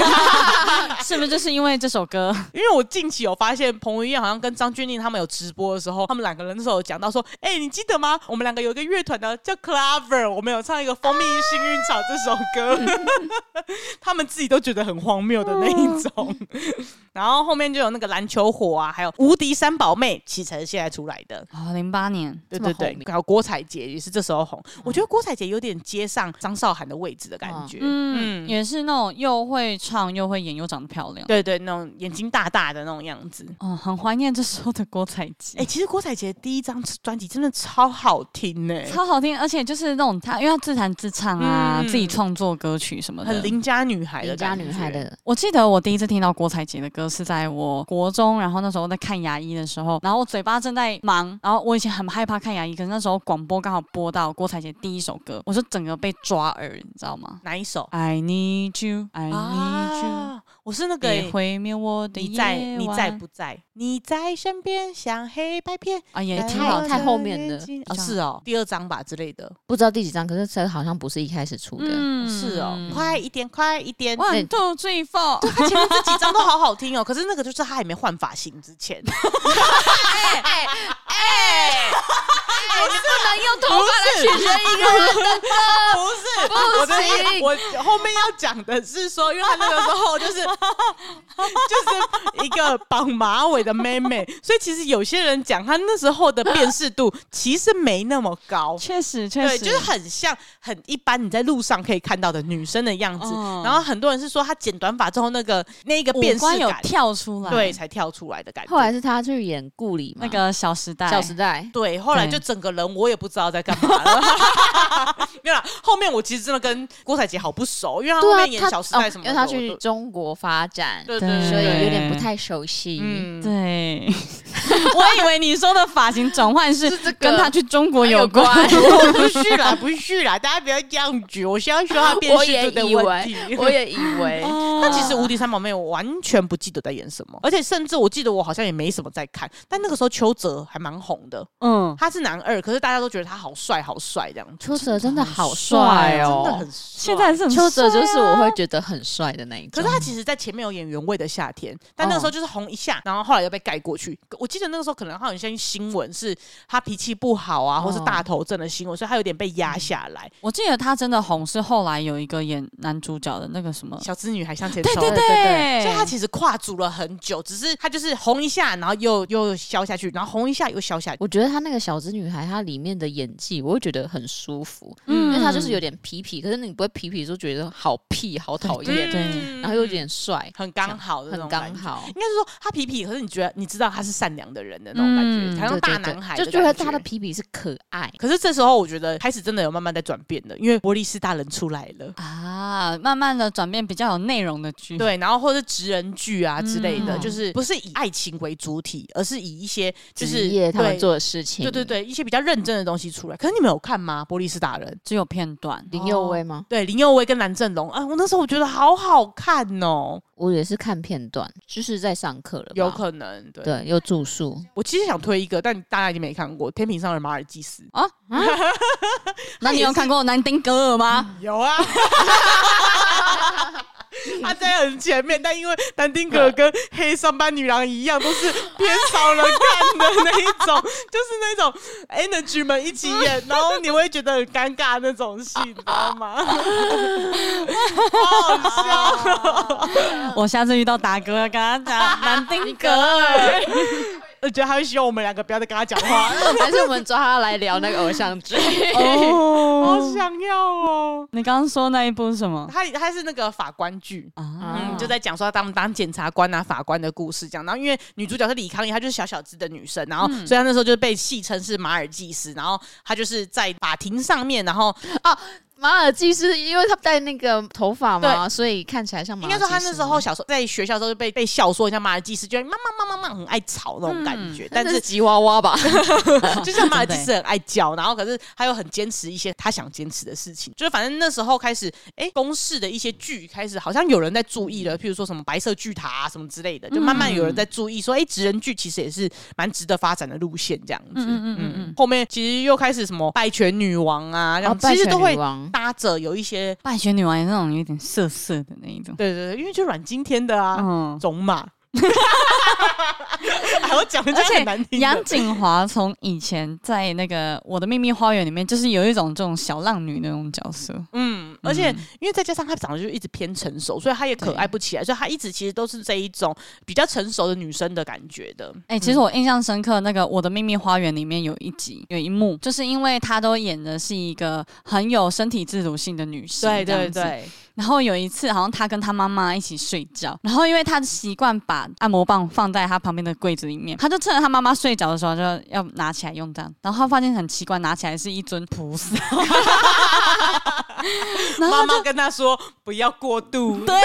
Speaker 1: 是不是就是因为这首歌？
Speaker 2: 因为我近期有发现，彭于晏好像跟张钧甯他们有直播的时候，他们两个人那时候有讲到说，哎、你记得吗？我们两个有一个乐团的叫 Clover，我们有唱一个《蜂蜜幸运草》这首歌， 他们自己都觉得很荒谬的那一种。 然后后面就有那个篮球火啊，还有无敌三宝妹，启程现在出来的。
Speaker 1: 哦，零八年，
Speaker 2: 对
Speaker 3: 这
Speaker 2: 对
Speaker 3: 么后
Speaker 2: 对，
Speaker 3: 面
Speaker 2: 还有郭采洁也是这时候红，我觉得郭采洁有点接上张韶涵的位置的感觉，
Speaker 1: 嗯，
Speaker 2: 嗯
Speaker 1: 也是那种又会唱又会演又长得漂亮。
Speaker 2: 对对，那种眼睛大大的那种样子。
Speaker 1: 哦，很怀念这时候的郭采洁
Speaker 2: 哎、。其实郭采洁第一张专辑真的超好听呢、
Speaker 1: 超好听，而且就是那种她，因为她自弹自唱啊，
Speaker 2: 嗯
Speaker 1: 自己创作歌曲什么的，
Speaker 2: 很邻家女孩的
Speaker 3: 邻家
Speaker 2: 感觉
Speaker 3: 女孩，的
Speaker 1: 我记得我第一次听到郭采洁的歌是在我国中，然后那时候在看牙医的时候，然后我嘴巴正在忙，然后我以前很害怕看牙医，可是那时候广播刚好播到郭采洁第一首歌，我就整个被抓耳，你知道吗
Speaker 2: 哪一首？
Speaker 1: ？I need you, I need you，、
Speaker 2: 啊，我是那个、
Speaker 1: 别毁灭我的
Speaker 2: 你
Speaker 1: 夜晚。
Speaker 2: 在你在不在？你在身边像黑白片，
Speaker 1: 啊？也
Speaker 2: 白
Speaker 1: 挺
Speaker 3: 太
Speaker 1: 好
Speaker 3: 太
Speaker 1: 听，
Speaker 3: 后面的
Speaker 2: 眼睛哦，是哦，第二张吧之类的，
Speaker 3: 不知道第几张，可是这好像不是一开始出的。
Speaker 1: 嗯
Speaker 2: 是哦，快一点，快一点。
Speaker 1: 哇
Speaker 3: 对
Speaker 1: One, two, three, four，
Speaker 2: 他前面这几张都好好听哦，可是那个就是他还没换发型之前，
Speaker 3: 哎哎哎！我是不能 用头发来取决一个人的
Speaker 2: 不是，我的
Speaker 3: 行
Speaker 2: 我后面要讲的是说，因为她那个时候就是就是一个绑马尾的妹妹，所以其实有些人讲她那时候的辨识度其实没那么高。
Speaker 1: 确实确
Speaker 2: 对，
Speaker 1: 实，
Speaker 2: 就是很像很一般，你在路上可以看到的女生的样子。
Speaker 1: 嗯
Speaker 2: 然后很多人是说她剪短发之后，那个那个辨
Speaker 1: 五
Speaker 2: 识
Speaker 1: 官有
Speaker 2: 感，
Speaker 1: 跳出来，
Speaker 2: 对，，才跳出来的感觉。
Speaker 3: 后来是他去演顾里嘛
Speaker 1: 那个《小时代》，
Speaker 3: 《小时代》，
Speaker 2: 对，后来
Speaker 1: 对
Speaker 2: 就整个人我也不知道在干嘛 了。没有啦，后面我其实真的跟郭采洁好不熟，因为她啊后面演《
Speaker 3: 他
Speaker 2: 小时
Speaker 3: 哦
Speaker 2: 代》什么的，
Speaker 3: 因为他
Speaker 2: 我
Speaker 3: 去
Speaker 2: 都
Speaker 3: 中国发展，
Speaker 2: 对对
Speaker 1: 对
Speaker 2: 对，
Speaker 3: 所以有
Speaker 2: 对
Speaker 3: 点不太熟悉。
Speaker 2: 嗯，
Speaker 1: 对， 我以为你说的发型转换是
Speaker 3: 是这个
Speaker 1: 跟他去中国有
Speaker 3: 有
Speaker 1: 关
Speaker 3: 关。
Speaker 2: 我哦不是啦，不是啦，大家不要这样子，我是要说她辨
Speaker 3: 我
Speaker 2: 识度
Speaker 3: 也
Speaker 2: 的
Speaker 3: 以
Speaker 2: 问
Speaker 3: 为，
Speaker 2: 题。
Speaker 3: 我也以为，
Speaker 1: 那
Speaker 2: 但其实《无敌三宝妹》我完全不记得在演什么，而且甚至我记得我好像也没什么在看。但那个时候邱泽还蛮红的，
Speaker 1: 嗯，
Speaker 2: 他是男二，可是大家都觉得他好帅，好帅这样子，
Speaker 3: 邱泽真的好
Speaker 1: 帅
Speaker 3: 帅
Speaker 2: 真的
Speaker 3: 哦
Speaker 2: 很，帅。
Speaker 1: 现在是很
Speaker 3: 邱泽
Speaker 1: 帅
Speaker 3: 就是
Speaker 1: 啊
Speaker 3: 我会觉得很帅的那一
Speaker 2: 可
Speaker 3: 种
Speaker 2: 是。他其实，在前面有演《原味的夏天》，但那个时候就是红一
Speaker 3: 嗯
Speaker 2: 下，然后后来又被盖过去。我记得那个时候可能还有一些新闻是他脾气不好
Speaker 3: 嗯
Speaker 2: 啊，或是
Speaker 1: 哦
Speaker 2: 大头症的新闻，所以他有点被压下来。
Speaker 1: 我记得他真的红是后来有一个演男主角的那个什么，
Speaker 2: 小资女孩向前
Speaker 1: 对
Speaker 2: 冲，
Speaker 1: 对
Speaker 3: 嗯对对
Speaker 2: 所以他其实跨足了很久，只是他就是红一下，然后又又消下去，然后红一下又消下去。
Speaker 3: 我觉得她那个小资女孩，她里面的演技，我会觉得很舒服，
Speaker 1: 嗯
Speaker 3: 因为她就是有点痞痞，可是你不会痞痞就觉得好屁、好讨
Speaker 1: 对
Speaker 3: 厌，
Speaker 1: 嗯
Speaker 3: 然后又有点帅，
Speaker 2: 很刚好的那
Speaker 3: 很
Speaker 2: 种感觉，
Speaker 3: 刚好。
Speaker 2: 应该是说他皮皮，可是你觉得你知道他是善良的人的那种感
Speaker 1: 嗯
Speaker 2: 觉，好像
Speaker 3: 对
Speaker 2: 大
Speaker 3: 对对
Speaker 2: 男孩
Speaker 3: 就
Speaker 2: 的
Speaker 3: 觉得
Speaker 2: 感觉
Speaker 3: 她的皮皮是可爱，
Speaker 2: 可是这时候，我觉得开始真的有慢慢在转变的，因为伯利斯大人出来了，
Speaker 1: 啊，慢慢的转变比较有内容的剧，，
Speaker 2: 对，然后或者职人剧啊之类的，
Speaker 1: 嗯
Speaker 2: 就是嗯不是以爱情为主体，而是以一些就是
Speaker 3: 职业他们
Speaker 2: 对
Speaker 3: 做的事情。
Speaker 2: 对对，对一些比较认真的东西出来。可是你们有看吗？伯利斯大人
Speaker 1: 只有片段。
Speaker 3: 林
Speaker 2: 哦
Speaker 3: 佑威吗？
Speaker 2: 对林佑威跟蓝正龙啊，我那时候我觉得好好看哦，
Speaker 3: 我也是看片段，就是在上课了吧，
Speaker 2: 有可能对。
Speaker 3: 对，又 住宿，
Speaker 2: 我其实想推一个，但大家已经没看过《天平上的马尔济斯》。
Speaker 1: 啊 那你有看过《南丁格尔》 吗？
Speaker 2: 有 啊。他在很前面，但因为南丁格尔跟黑上班女郎一样，都是偏少人看的那一 种，就是那种 energy 们一起演，然后你会觉得很尴尬那种戏，你知道吗？好好笑哦，
Speaker 1: 我下次遇到达哥要跟他 讲《南丁格尔》，
Speaker 2: 我觉得他会希望我们两个不要再跟他讲话，
Speaker 3: 还是我们抓他来聊那个偶像剧？
Speaker 2: 好
Speaker 1: 哦，
Speaker 2: 想要哦。
Speaker 1: 你刚刚说那一部是什么
Speaker 2: 他他是那个法官剧，
Speaker 1: 啊？
Speaker 2: 嗯，就在讲说他们当检察官啊、法官的故事这样。然后因为女主角是李康怡，她就是小小只的女生，然后、所以她那时候就被戏称是马尔济斯。然后她就是在法庭上面，然后
Speaker 3: 哦，马尔济斯，因为他戴那个头发嘛，所以看起来像马
Speaker 2: 应
Speaker 3: 尔济
Speaker 2: 该说
Speaker 3: 斯吗。
Speaker 2: 他那时候小时候在学校的时候就被被笑说像马尔济斯，就会妈妈妈妈妈很爱吵嗯那种感觉，但
Speaker 3: 那
Speaker 2: 是
Speaker 3: 吉娃娃吧，
Speaker 2: 就像马尔济斯很爱教，然后可是他又很坚持一些他想坚持的事情。就是反正那时候开始，哎、公式的一些剧开始好像有人在注意
Speaker 1: 嗯
Speaker 2: 了，譬如说什么白色巨塔、啊、什么之类的，就慢慢有人在注意说，哎、职人剧其实也是蛮值得发展的路线这样子。
Speaker 1: 嗯嗯
Speaker 2: 嗯嗯
Speaker 1: 嗯哦
Speaker 2: 嗯。后面其实又开始什么拜权女王啊，然后、
Speaker 3: 哦拜
Speaker 2: 其实
Speaker 3: 权
Speaker 2: 都会
Speaker 3: 女王
Speaker 2: 搭着有一些，
Speaker 1: 拜学女王也是那种有点涩涩的那一种。
Speaker 2: 对对对，因为就是阮经天的啊，
Speaker 1: 嗯，
Speaker 2: 种马。 还要讲人家
Speaker 1: 而且
Speaker 2: 很难听的，
Speaker 1: 杨景华从以前在那个《我的秘密花园》里面，就是有一种这种小浪女那种角色。
Speaker 2: 嗯，而且因为再加上她长得就一直偏成熟，所以她也可爱不起来，所以她一直其实都是这一种比较成熟的女生的感觉的。
Speaker 1: 哎、其实我印象深刻，那个《我的秘密花园》里面有一集有一幕，就是因为她都演的是一个很有身体自主性的女性，
Speaker 2: 对
Speaker 1: 这样
Speaker 2: 对
Speaker 1: 子。
Speaker 2: 对，
Speaker 1: 然后有一次，好像她跟她妈妈一起睡觉，然后因为她习惯把按摩棒放在她旁边的柜子里面，她就趁着她妈妈睡着的时候就要拿起来用这样，然后她发现很奇怪，拿起来是一尊菩萨， 然后
Speaker 2: 妈
Speaker 1: 她
Speaker 2: 妈
Speaker 1: 就
Speaker 2: 跟她说不要过度。
Speaker 1: 对，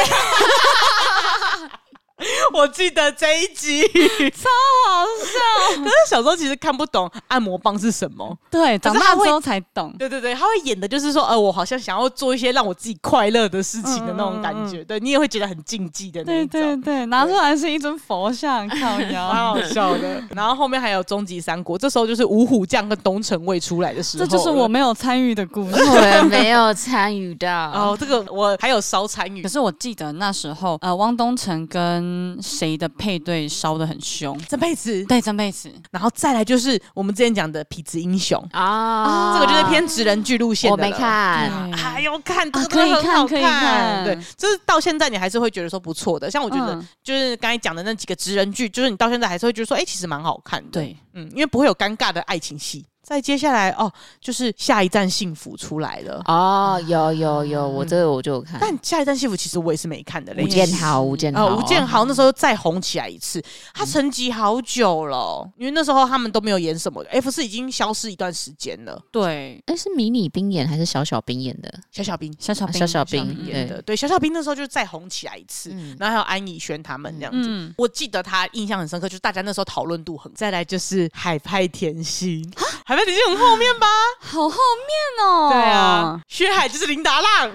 Speaker 2: 我记得这一集，
Speaker 1: 好
Speaker 2: 但是小时候其实看不懂按摩棒是什么。
Speaker 1: 对，
Speaker 2: 可
Speaker 1: 长
Speaker 2: 是
Speaker 1: 大
Speaker 2: 她会
Speaker 1: 之后才懂。
Speaker 2: 对对对，他会演的就是说，呃，我好像想要做一些让我自己快乐的事情的那种感觉。对你也会觉得很禁忌的那
Speaker 1: 对
Speaker 2: 一种。
Speaker 1: 对对，拿出来是一尊佛像， 靠
Speaker 2: 蛮
Speaker 1: 腰。
Speaker 2: 好笑 的，然后后面还有《终极三国》，这时候就是五虎将跟东城卫出来的时候
Speaker 1: 这就
Speaker 2: 了，
Speaker 1: 是我没有参与的故事。
Speaker 3: 我没 有参与到。
Speaker 2: 哦，这个我还有烧参与
Speaker 1: 可，是我记得那时候，呃，汪东城跟谁的配对烧得很凶？
Speaker 2: 曾沛慈，
Speaker 1: 对，曾沛慈。
Speaker 2: 然后再来就是我们之前讲的痞子英雄，
Speaker 3: 啊，
Speaker 2: 这个就是偏职人剧路线
Speaker 3: 我
Speaker 2: 的了嗯
Speaker 3: 没。看，
Speaker 1: 对
Speaker 2: 还有看，这
Speaker 1: 啊
Speaker 2: 个真的
Speaker 1: 可以
Speaker 2: 很
Speaker 1: 看
Speaker 2: 好
Speaker 1: 可以看
Speaker 2: 对，就是到现在你还是会觉得说不错的。像我觉得
Speaker 1: 嗯，
Speaker 2: 就是刚才讲的那几个职人剧，就是你到现在还是会觉得说，哎，其实蛮好看的。，
Speaker 1: 对，
Speaker 2: 嗯，因为不会有尴尬的爱情戏。再接下来哦，就是下一站幸福出来了。
Speaker 3: 哦，有有有，我这个我就有看。
Speaker 2: 嗯但下一站幸福其实我也是没看的嘞
Speaker 3: 吴。建豪，吴建
Speaker 2: 啊，
Speaker 3: 豪，
Speaker 2: 吴建豪那时候再红起来一次，他沉寂好久了哦、因为那时候他们都没有演什么，F 四已经消失一段时间了。
Speaker 1: 对，
Speaker 3: 哎，是迷你兵演还是小小兵演的？
Speaker 2: 小小兵
Speaker 1: 小小
Speaker 3: 啊
Speaker 1: 兵，
Speaker 3: 小小
Speaker 2: 兵
Speaker 3: 兵
Speaker 2: 演的，
Speaker 3: 对，
Speaker 2: 对，小小兵那时候就再红起来一次，
Speaker 3: 嗯
Speaker 2: 然后还有安以轩他们这样子。
Speaker 1: 嗯，
Speaker 2: 我记得他印象很深刻，就是大家那时候讨论度很。再来就是海派甜心，海派甜心很后面吧？
Speaker 1: 好后面哦。
Speaker 2: 对 啊，，薛海就是林达浪，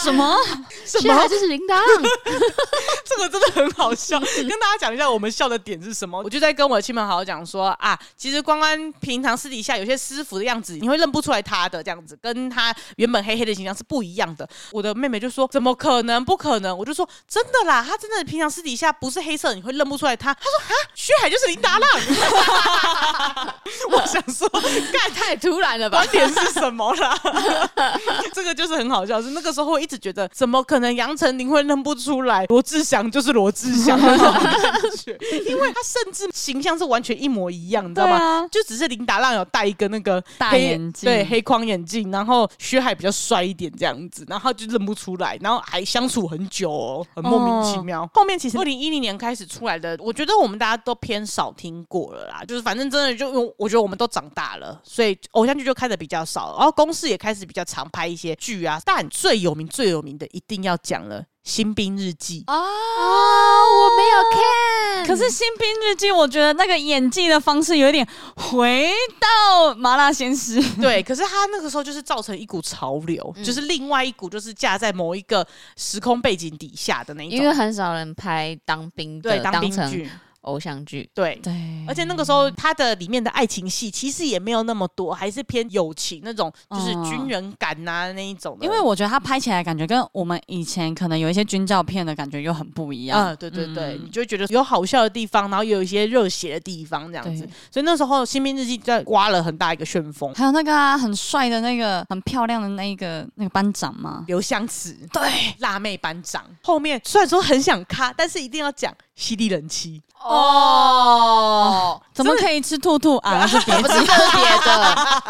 Speaker 1: 什么？
Speaker 2: 什
Speaker 3: 现在
Speaker 2: 么？
Speaker 3: 就是 铃铛，
Speaker 2: 这个真的很好 笑，跟大家讲一下我们笑的点是什么。我就在跟我的亲朋好友讲说啊，其实关关平常私底下有些私服的样子，你会认不出来他的这样子，跟他原本黑黑的形象是不一样的。我的妹妹就说：“怎么可能？不可能！”我就说：“真的啦，他真的平常私底下不是黑色的，你会认不出来他。”他说：“啊，薛海就是林达浪。” 我想说，干
Speaker 3: 太突然了吧
Speaker 2: 观？点是什么 啦？这个就是很好笑，是那个时候我一直觉得，怎么可能杨丞琳会认不出来罗志祥就是罗志 祥那种感觉？因为他甚至形象是完全一模一样，你知
Speaker 1: 对
Speaker 2: 道吗？
Speaker 1: 啊，
Speaker 2: 就只是林达浪有戴一个那个
Speaker 1: 大
Speaker 2: 黑
Speaker 1: 眼镜
Speaker 2: 对黑框眼镜，然后薛海比较帅一点这样子，然后就认不出来，然后还相处很久哦，很莫名其妙。后面其实二零一零年开始出来的，我觉得我们大家都偏少听过了啦，就是反正真的就因为我觉得我们都长大了，所以哦偶像剧就看的比较少，然后公司也开始比较常拍一些剧啊，但最有名最有名的一定要讲了《新兵日记》。
Speaker 1: 啊，
Speaker 3: 我
Speaker 1: 我
Speaker 3: 没有看，
Speaker 2: 哦
Speaker 1: 可是《新兵日记》，我觉得那个演技的方式有点回到《麻辣鲜师》。
Speaker 2: 对，可是他那个时候就是造成一股潮流，就是另外一股就是架在某一个时空背景底下的那一
Speaker 3: 因为
Speaker 2: 种，
Speaker 3: 很少人拍当兵
Speaker 2: 对，
Speaker 3: 的
Speaker 2: 当兵
Speaker 3: 成
Speaker 2: 剧，
Speaker 3: 偶 像剧，
Speaker 2: 对。
Speaker 1: 对
Speaker 2: 而且那个时候，他的里面的爱情戏其实也没有那么多，还是偏友情那种，就是
Speaker 1: 嗯
Speaker 2: 军人感呐、那一种的。
Speaker 1: 因为我觉得他拍起来感觉跟我们以前可能有一些军教片的感觉又很不一样。
Speaker 2: 嗯，对对对，你就会觉得有好笑的地方，然后也有一些热血的地方，这样子
Speaker 1: 对。
Speaker 2: 所以那时候《新兵日记》在刮了很大一个旋风，
Speaker 1: 还有那个、啊、很帅的那个、很漂亮的那一个那个班长嘛，
Speaker 2: 刘湘慈，对，辣妹班长。后面虽然说很想咔，但是一定要讲犀利人妻，
Speaker 3: 哦，
Speaker 1: 怎么可以吃兔兔啊？那是 别
Speaker 3: 不是特别 的啊，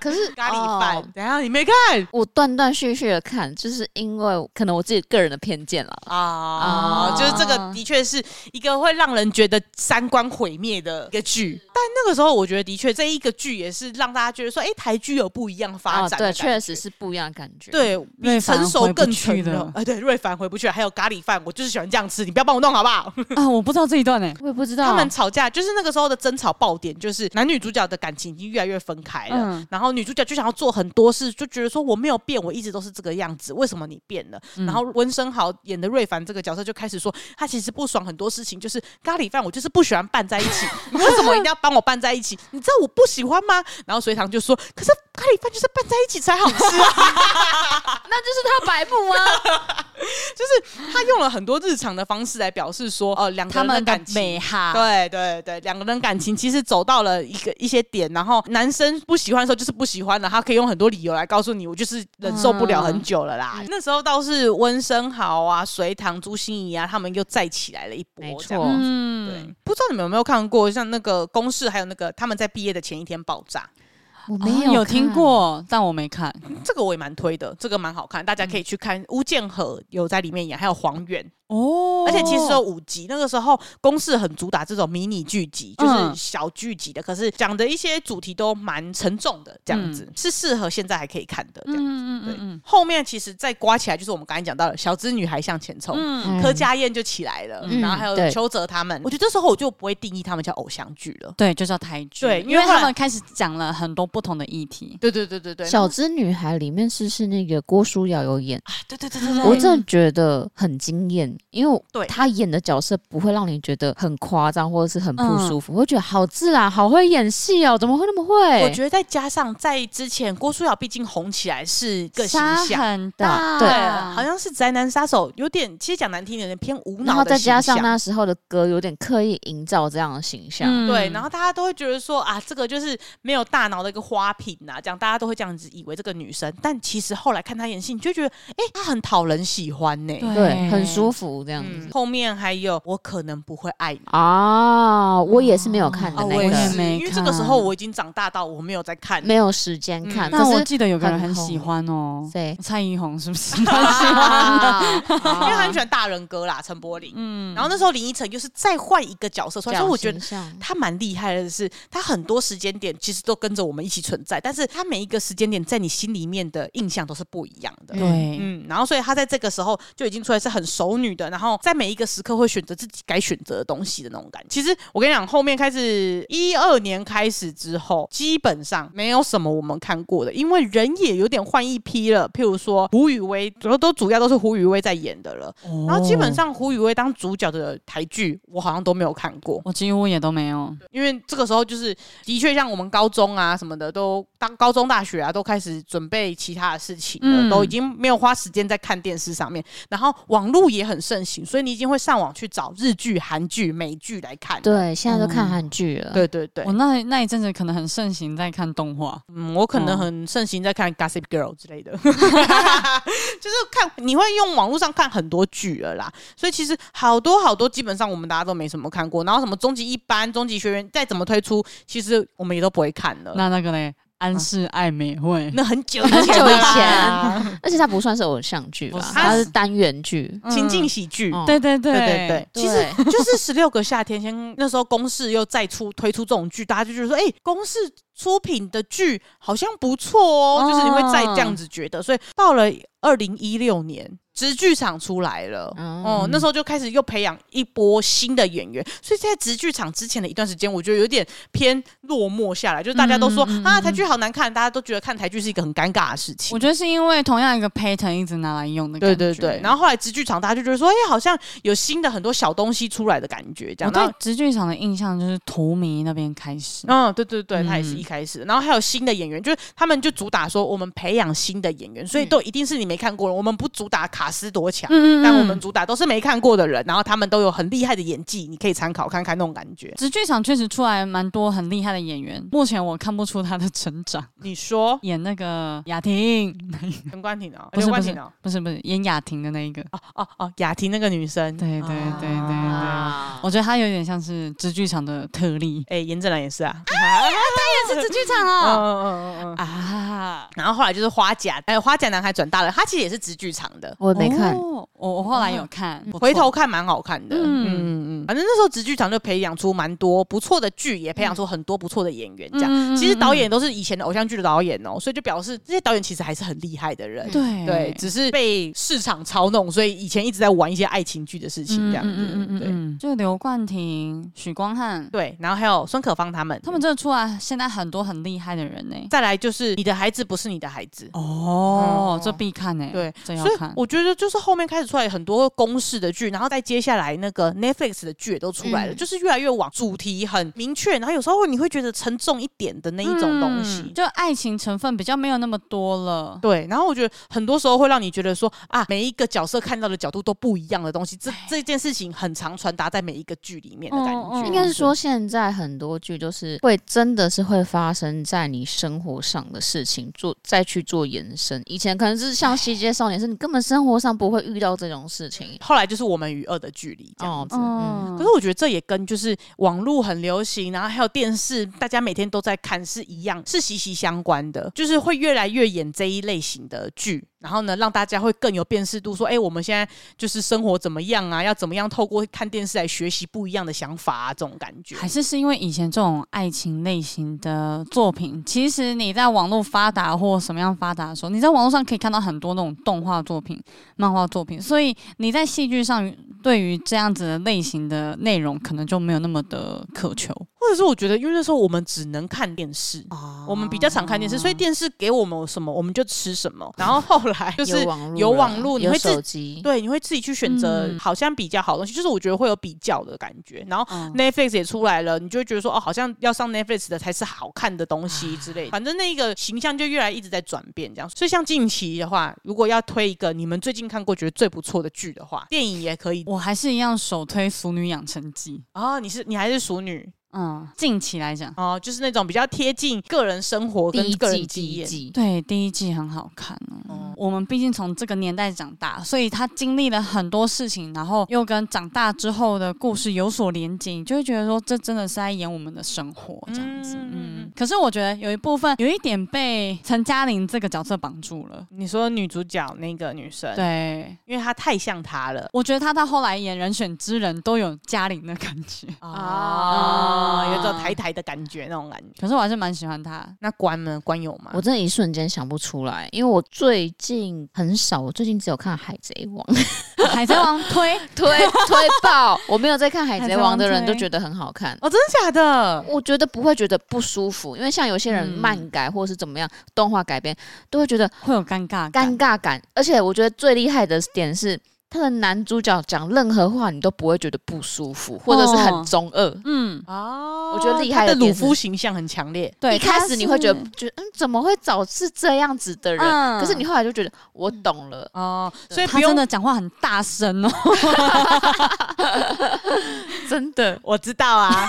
Speaker 3: 可是
Speaker 2: 咖喱饭。
Speaker 3: 哦
Speaker 2: 等一下你没看
Speaker 3: 我断断续续的看，就是因为可能我自己个人的偏见了。
Speaker 2: 啊，
Speaker 3: 啊
Speaker 2: 就是这个的确是一个会让人觉得三观毁灭的一个剧。但那个时候，我觉得的确这一个剧也是让大家觉得说，哎、台剧有不一样发
Speaker 3: 啊，
Speaker 2: 展的感觉、
Speaker 3: 对，确实是不一样的感觉。，
Speaker 2: 对比
Speaker 1: 瑞凡
Speaker 2: 成熟更
Speaker 1: 回不
Speaker 2: 成
Speaker 1: 去
Speaker 2: 熟
Speaker 1: 的。
Speaker 2: 哎，对，瑞凡回不去了，还有咖喱饭，我就是喜欢这样吃，你不要帮我弄好不好？
Speaker 1: 啊！我不知道这一段呢、
Speaker 3: 我也不
Speaker 1: 啊
Speaker 3: 知道
Speaker 2: 他们吵架就是那个时候的争吵爆点，就是男女主角的感情已经越来越分开了。
Speaker 1: 嗯
Speaker 2: 然后女主角就想要做很多事，就觉得说我没有变，我一直都是这个样子，为什么你变了？
Speaker 1: 嗯
Speaker 2: 然后温升豪演的瑞凡这个角色就开始说，他其实不爽很多事情，就是咖喱饭我就是不喜欢拌在一 起，你为什么一定要帮我拌在一起？你知道我不喜欢吗？然后隋唐就说，可是咖喱饭就是拌在一起才好吃啊。
Speaker 3: 啊那就是他白布啊，
Speaker 2: 就是他用了很多日常的方式来表示说，呃，两个
Speaker 1: 他
Speaker 2: 人
Speaker 1: 们的
Speaker 2: 感情
Speaker 1: 美哈，
Speaker 3: 啊
Speaker 2: 对对对，两个人感情其实走到了一个一些点，然后男生不喜欢的时候就是不喜欢了，他可以用很多理由来告诉你，我就是忍受不了很久了
Speaker 3: 嗯
Speaker 2: 啦。那时候倒是温升豪啊、隋唐、朱心怡啊，他们又再起来了一波
Speaker 3: 没，
Speaker 2: 这样
Speaker 3: 错
Speaker 1: 嗯，
Speaker 2: 对，不知道你们有没有看过，像那个公式，还有那个他们在毕业的前一天爆炸，
Speaker 3: 我
Speaker 1: 啊
Speaker 2: 哦
Speaker 1: 有听，过，但我没看。
Speaker 2: 这个我也蛮推的，这个蛮好看，大家可
Speaker 3: 嗯
Speaker 2: 以去看。巫建和有在里面演，还有黄远，
Speaker 1: 哦
Speaker 2: 而且其实有五集，那个时候公式很主打这种迷你剧集，就是
Speaker 1: 嗯
Speaker 2: 小剧集的，可是讲的一些主题都蛮沉重的，这样子、是适合现在还可以看的这
Speaker 1: 嗯
Speaker 2: 样。
Speaker 1: 嗯
Speaker 2: 对
Speaker 1: 嗯嗯，
Speaker 2: 后面其实再刮起来，就是我们刚才讲到的小资女孩向前冲。
Speaker 1: 嗯，
Speaker 3: 嗯
Speaker 2: 柯佳燕就起来了，
Speaker 3: 嗯
Speaker 2: 然后还有
Speaker 3: 对
Speaker 2: 邱泽他们，我觉得这时候我就不会定义他们叫偶像剧了。
Speaker 1: 对，就叫台剧，
Speaker 2: 对因
Speaker 1: 因
Speaker 2: 为
Speaker 1: 为
Speaker 2: 后来
Speaker 1: 他们开始讲了很多不同的议题。
Speaker 2: 对对对对对，
Speaker 3: 小资女孩里面是是那个郭书瑶有演，
Speaker 2: 啊对对对对对，
Speaker 3: 我真的觉得很惊艳，因为
Speaker 2: 对
Speaker 3: 她演的角色不会让你觉得很夸张或者是很
Speaker 2: 嗯
Speaker 3: 不舒服，我会觉得好自然，好会演戏哦，怎么会那么会？
Speaker 2: 我觉得再加上在之前郭书瑶毕竟红起来是个形
Speaker 1: 沙
Speaker 2: 象，
Speaker 1: 很大，
Speaker 3: 大对
Speaker 2: 对，好像是宅男杀手，有点其实讲难听点，有点偏无
Speaker 3: 然
Speaker 2: 脑
Speaker 3: 后
Speaker 2: 的
Speaker 3: 再加上
Speaker 2: 形象
Speaker 3: 那时候的歌有点刻意营造这样的形象，
Speaker 1: 嗯
Speaker 2: 对，然后大家都会觉得说啊，这个就是没有大脑的一个花瓶呐、这样大家都会这样子以为这个女生，但其实后来看她演戏，你就觉得，哎、她很讨人喜欢呢、
Speaker 3: 对，很舒
Speaker 1: 服。
Speaker 3: 服这样子
Speaker 2: 嗯，。后面还有我可能不会爱你。
Speaker 3: 啊，我也是没有看的
Speaker 1: 哦
Speaker 3: 那
Speaker 2: 我也
Speaker 1: 我也
Speaker 2: 是，
Speaker 3: 个，
Speaker 1: 没
Speaker 2: 因为这个时候我已经长大到我没有在 看，
Speaker 3: 没有时间看。
Speaker 2: 嗯
Speaker 1: 但我
Speaker 3: 可是
Speaker 1: 记得有个人
Speaker 3: 很
Speaker 1: 很
Speaker 3: 红
Speaker 1: 喜欢哦，
Speaker 3: 谁？
Speaker 1: 蔡依红是不是？蛮喜欢的。
Speaker 3: 啊
Speaker 2: 因为她很喜欢大人哥啦，陈柏霖。
Speaker 1: 哦嗯，
Speaker 2: 然后那时候林依晨就是再换一个角色出来，所以我觉得
Speaker 3: 讲形象
Speaker 2: 他蛮厉害的是，他很多时间点其实都跟着我们一起存在，但是他每一个时间点在你心里面的印象都是不一样的。
Speaker 1: 对，
Speaker 2: 嗯，然后所以她在这个时候就已经出来是很熟女的，然后在每一个时刻会选择自己该选择的东西的那种感觉。其实我跟你讲，后面开始一二年开始之后，基本上没有什么我们看过的，因为人也有点换一批了。譬如说胡宇威，主要都主要都是胡宇威在演的了。然后基本上胡宇威当主角的台剧，我好像都没有看过，
Speaker 1: 我几乎也都没有。
Speaker 2: 因为这个时候就是的确像我们高中啊什么的，都当高中、大学啊都开始准备其他的事情了，
Speaker 1: 嗯
Speaker 2: 都已经没有花时间在看电视上面，然后网络也很盛行，所以你已经会上网去找日剧、韩剧、美剧来看。
Speaker 3: 对，现在都
Speaker 2: 嗯
Speaker 3: 看韩剧了。
Speaker 2: 对对对
Speaker 1: 我，那那一阵子可能很盛行在看动画，
Speaker 2: 嗯，我可能很盛行在看《Gossip Girl》之类的， 就是看你会用网络上看很多剧了啦，所以其实好多好多基本上我们大家都没什么看过，然后什么终极一班、终极学员再怎么推出，其实我们也都不会看了。
Speaker 1: 那那个嘞，安室爱美惠，
Speaker 2: 呃那很久
Speaker 3: 很久
Speaker 2: 了
Speaker 3: 以
Speaker 2: 啦，
Speaker 3: 而且它不算是偶像剧吧
Speaker 1: 不，是
Speaker 3: 它是单元剧。
Speaker 1: 嗯
Speaker 2: 情境喜剧。
Speaker 3: 嗯
Speaker 1: 对对对
Speaker 2: 对对对，其实
Speaker 3: 对
Speaker 2: 就是十六个夏天，先那时候公式又再出推出这种剧，大家就觉得说，哎、公式出品的剧好像不错哦，
Speaker 1: 嗯
Speaker 2: 就是你会再这样子觉得，所以到了二零一六年，直剧场出来了。
Speaker 3: 嗯
Speaker 2: 哦，那时候就开始又培养一波新的演员，所以在直剧场之前的一段时间，我觉得有点偏落寞下来，就是大家都说、啊台剧好难看，大家都觉得看台剧是一个很尴尬的事情
Speaker 1: 我。觉得是因为同样一个 pattern 一直拿来用的感
Speaker 2: 对
Speaker 1: 觉，
Speaker 2: 对对，然后后来直剧场大家就觉得说，哎、好像有新的很多小东西出来的感觉，这
Speaker 1: 我
Speaker 2: 样。然
Speaker 1: 哦对
Speaker 2: 后
Speaker 1: 直剧场的印象就是荼蘼那边开始，
Speaker 2: 嗯，对对对，他也是
Speaker 1: 嗯
Speaker 2: 一开始，然后还有新的演员，就是他们就主打说我们培养新的演员，所以都一定是你没看过的，我们不主打卡斯多强，
Speaker 1: 嗯
Speaker 2: 但我们主打都是没看过的人，然后他们都有很厉害的演技，你可以参考看看那种感觉。
Speaker 1: 直剧场确实出来蛮多很厉害的演员，目前我看不出他的成长。
Speaker 2: 你说
Speaker 1: 演那个雅婷，
Speaker 2: 陈冠廷哦，
Speaker 1: 嗯不是
Speaker 2: 刘冠
Speaker 1: 不是
Speaker 2: 廷哦，
Speaker 1: 不是不是演雅婷的那一个，
Speaker 2: 哦哦哦，雅婷那个女生，
Speaker 1: 对对对对对，
Speaker 3: 啊
Speaker 1: 我觉得他有点像是直剧场的特例，
Speaker 2: 哎，严正兰也是啊，
Speaker 1: 是直剧场
Speaker 2: 嗯
Speaker 1: 哦
Speaker 2: 嗯嗯嗯嗯。
Speaker 1: 啊，
Speaker 2: 然后后来就是花甲，哎，花甲男孩转大了，他其实也是直剧场的，
Speaker 3: 我没看，
Speaker 1: 哦我我后来有看，不错
Speaker 2: 嗯回头看蛮好看的。
Speaker 1: 嗯
Speaker 2: 嗯嗯嗯，反正那时候直剧场就培养出蛮多不错的剧，也培养出很多不错的演员。这样，
Speaker 1: 嗯嗯嗯
Speaker 2: 其实导演都是以前的偶像剧的导演哦，所以就表示这些导演其实还是很厉害的人。
Speaker 1: 对
Speaker 2: 对，只是被市场操弄，所以以前一直在玩一些爱情剧的事情，这样子。对
Speaker 1: 嗯，就刘冠廷、许光汉，
Speaker 2: 对，然后还有孙可芳他们，
Speaker 1: 他们真的出来现在很多很厉害的人呢、
Speaker 2: 再来就是你的孩子不是你的孩子。
Speaker 1: 哦
Speaker 2: 嗯
Speaker 1: 这必看呢、
Speaker 2: 对，
Speaker 1: 这要
Speaker 2: 所以
Speaker 1: 看。
Speaker 2: 我觉得就是后面开始出来很多公式的剧，然后再接下来那个 Netflix 的剧也都出来了，
Speaker 3: 嗯
Speaker 2: 就是越来越往主题很明确，然后有时候你会觉得沉重一点的那一种东西。
Speaker 1: 嗯就爱情成分比较没有那么多了。
Speaker 2: 对，然后我觉得很多时候会让你觉得说啊，每一个角色看到的角度都不一样的东西，这这件事情很常传达在每一个剧里面的感
Speaker 1: 嗯嗯嗯
Speaker 2: 觉。
Speaker 3: 应该是说，现在很多剧就是会真的是会发生在你生活上的事情，做再去做延伸。以前可能是像《西街少年》是，你根本生活上不会遇到这种事情。
Speaker 2: 后来就是我们与恶的距离这样
Speaker 3: 哦
Speaker 2: 子。
Speaker 1: 嗯，
Speaker 2: 可是我觉得这也跟就是网络很流行，然后还有电视，大家每天都在看是一样，是息息相关的，就是会越来越演这一类型的剧，然后呢，让大家会更有辨识度，说，哎、我们现在就是生活怎么样啊？要怎么样透过看电视来学习不一样的想法啊？这种感觉。
Speaker 1: 还是是因为以前这种爱情类型的作品，其实你在网络发达或什么样发达的时候，你在网络上可以看到很多那种动画作品、漫画作品，所以你在戏剧上对于这样子的类型的内容，可能就没有那么的渴求。
Speaker 2: 或者是我觉得，因为那时候我们只能看电视。
Speaker 1: 哦
Speaker 2: 我们比较常看电视，所以电视给我们什么，我们就吃什 么。然后后来就是
Speaker 1: 啊
Speaker 3: 有网络啦，
Speaker 2: 有网络你
Speaker 3: 有
Speaker 2: 会自
Speaker 3: 手机，
Speaker 2: 对，你会自己去选择
Speaker 1: 嗯
Speaker 2: 好像比较好的东西，就是我觉得会有比较的感觉。然后
Speaker 1: 嗯
Speaker 2: Netflix 也出来了，你就会觉得说哦，好像要上 Netflix 的才是好看的东
Speaker 3: 啊
Speaker 2: 西之类的。反正那个形象就越来一直在转变这样。所以像近期的话，如果要推一个你们最近看过觉得最不错的剧的话，电影也可以
Speaker 1: 我还是一样首推《熟女养成记》。
Speaker 2: 啊、哦。你是你还是熟女
Speaker 1: 嗯，近期来讲，
Speaker 2: 哦，就是那种比较贴近个人生活
Speaker 3: 第
Speaker 2: 跟
Speaker 3: 一
Speaker 2: 个人
Speaker 3: 季第
Speaker 2: 经
Speaker 3: 一
Speaker 2: 验。
Speaker 3: 季，
Speaker 1: 对第一季很好看哦。
Speaker 2: 哦
Speaker 1: 我们毕竟从这个年代长大，所以他经历了很多事情，然后又跟长大之后的故事有所连接，你就会觉得说这真的是在演我们的生活这样子。
Speaker 2: 嗯
Speaker 1: 嗯，可是我觉得有一部分有一点被陈嘉玲这个角色绑住了。
Speaker 2: 你说女主角那个女生，，
Speaker 1: 对，
Speaker 2: 因为她太像她了。
Speaker 1: 我觉得她到后来演《人选之人》都有嘉玲的感觉，
Speaker 3: 哦
Speaker 2: 啊、有种台台的感觉，那种感觉。
Speaker 1: 可是我还是蛮喜欢她。
Speaker 2: 那关呢？关有吗？
Speaker 3: 我真的一瞬间想不出来，因为我最近很少，我最近只有看《海 贼王》
Speaker 1: 海贼王推
Speaker 3: 推推爆，我没有在看《海
Speaker 1: 海
Speaker 3: 贼
Speaker 1: 贼
Speaker 3: 王》
Speaker 1: 王
Speaker 3: 的人都
Speaker 1: 推
Speaker 3: 觉得很好看。
Speaker 2: 哦，真的假的？
Speaker 3: 我觉得不会觉得不舒服，因为像有些人
Speaker 1: 嗯
Speaker 3: 漫改或者是怎么样动画改编，都会觉得
Speaker 1: 会有尴尬感
Speaker 3: 尴，尬感。而且我觉得最厉害的点是，他的男主角讲任何话，你都不会觉得不舒服，或者是
Speaker 1: 哦
Speaker 3: 很中二。
Speaker 1: 嗯，
Speaker 2: 哦
Speaker 3: 我觉得厉
Speaker 2: 他
Speaker 3: 害的
Speaker 2: 的鲁
Speaker 3: 点是
Speaker 2: 夫形象很强烈。
Speaker 1: 对，
Speaker 3: 一开
Speaker 1: 她
Speaker 3: 始你会觉
Speaker 1: 是
Speaker 3: 得，觉得嗯，怎么会找是这样子的人？
Speaker 1: 嗯
Speaker 3: 可是你后来就觉得我懂了。
Speaker 2: 哦，所以不
Speaker 1: 他真
Speaker 2: 用，
Speaker 1: 的讲话很大声哦，
Speaker 3: 真的，
Speaker 2: 我知道啊，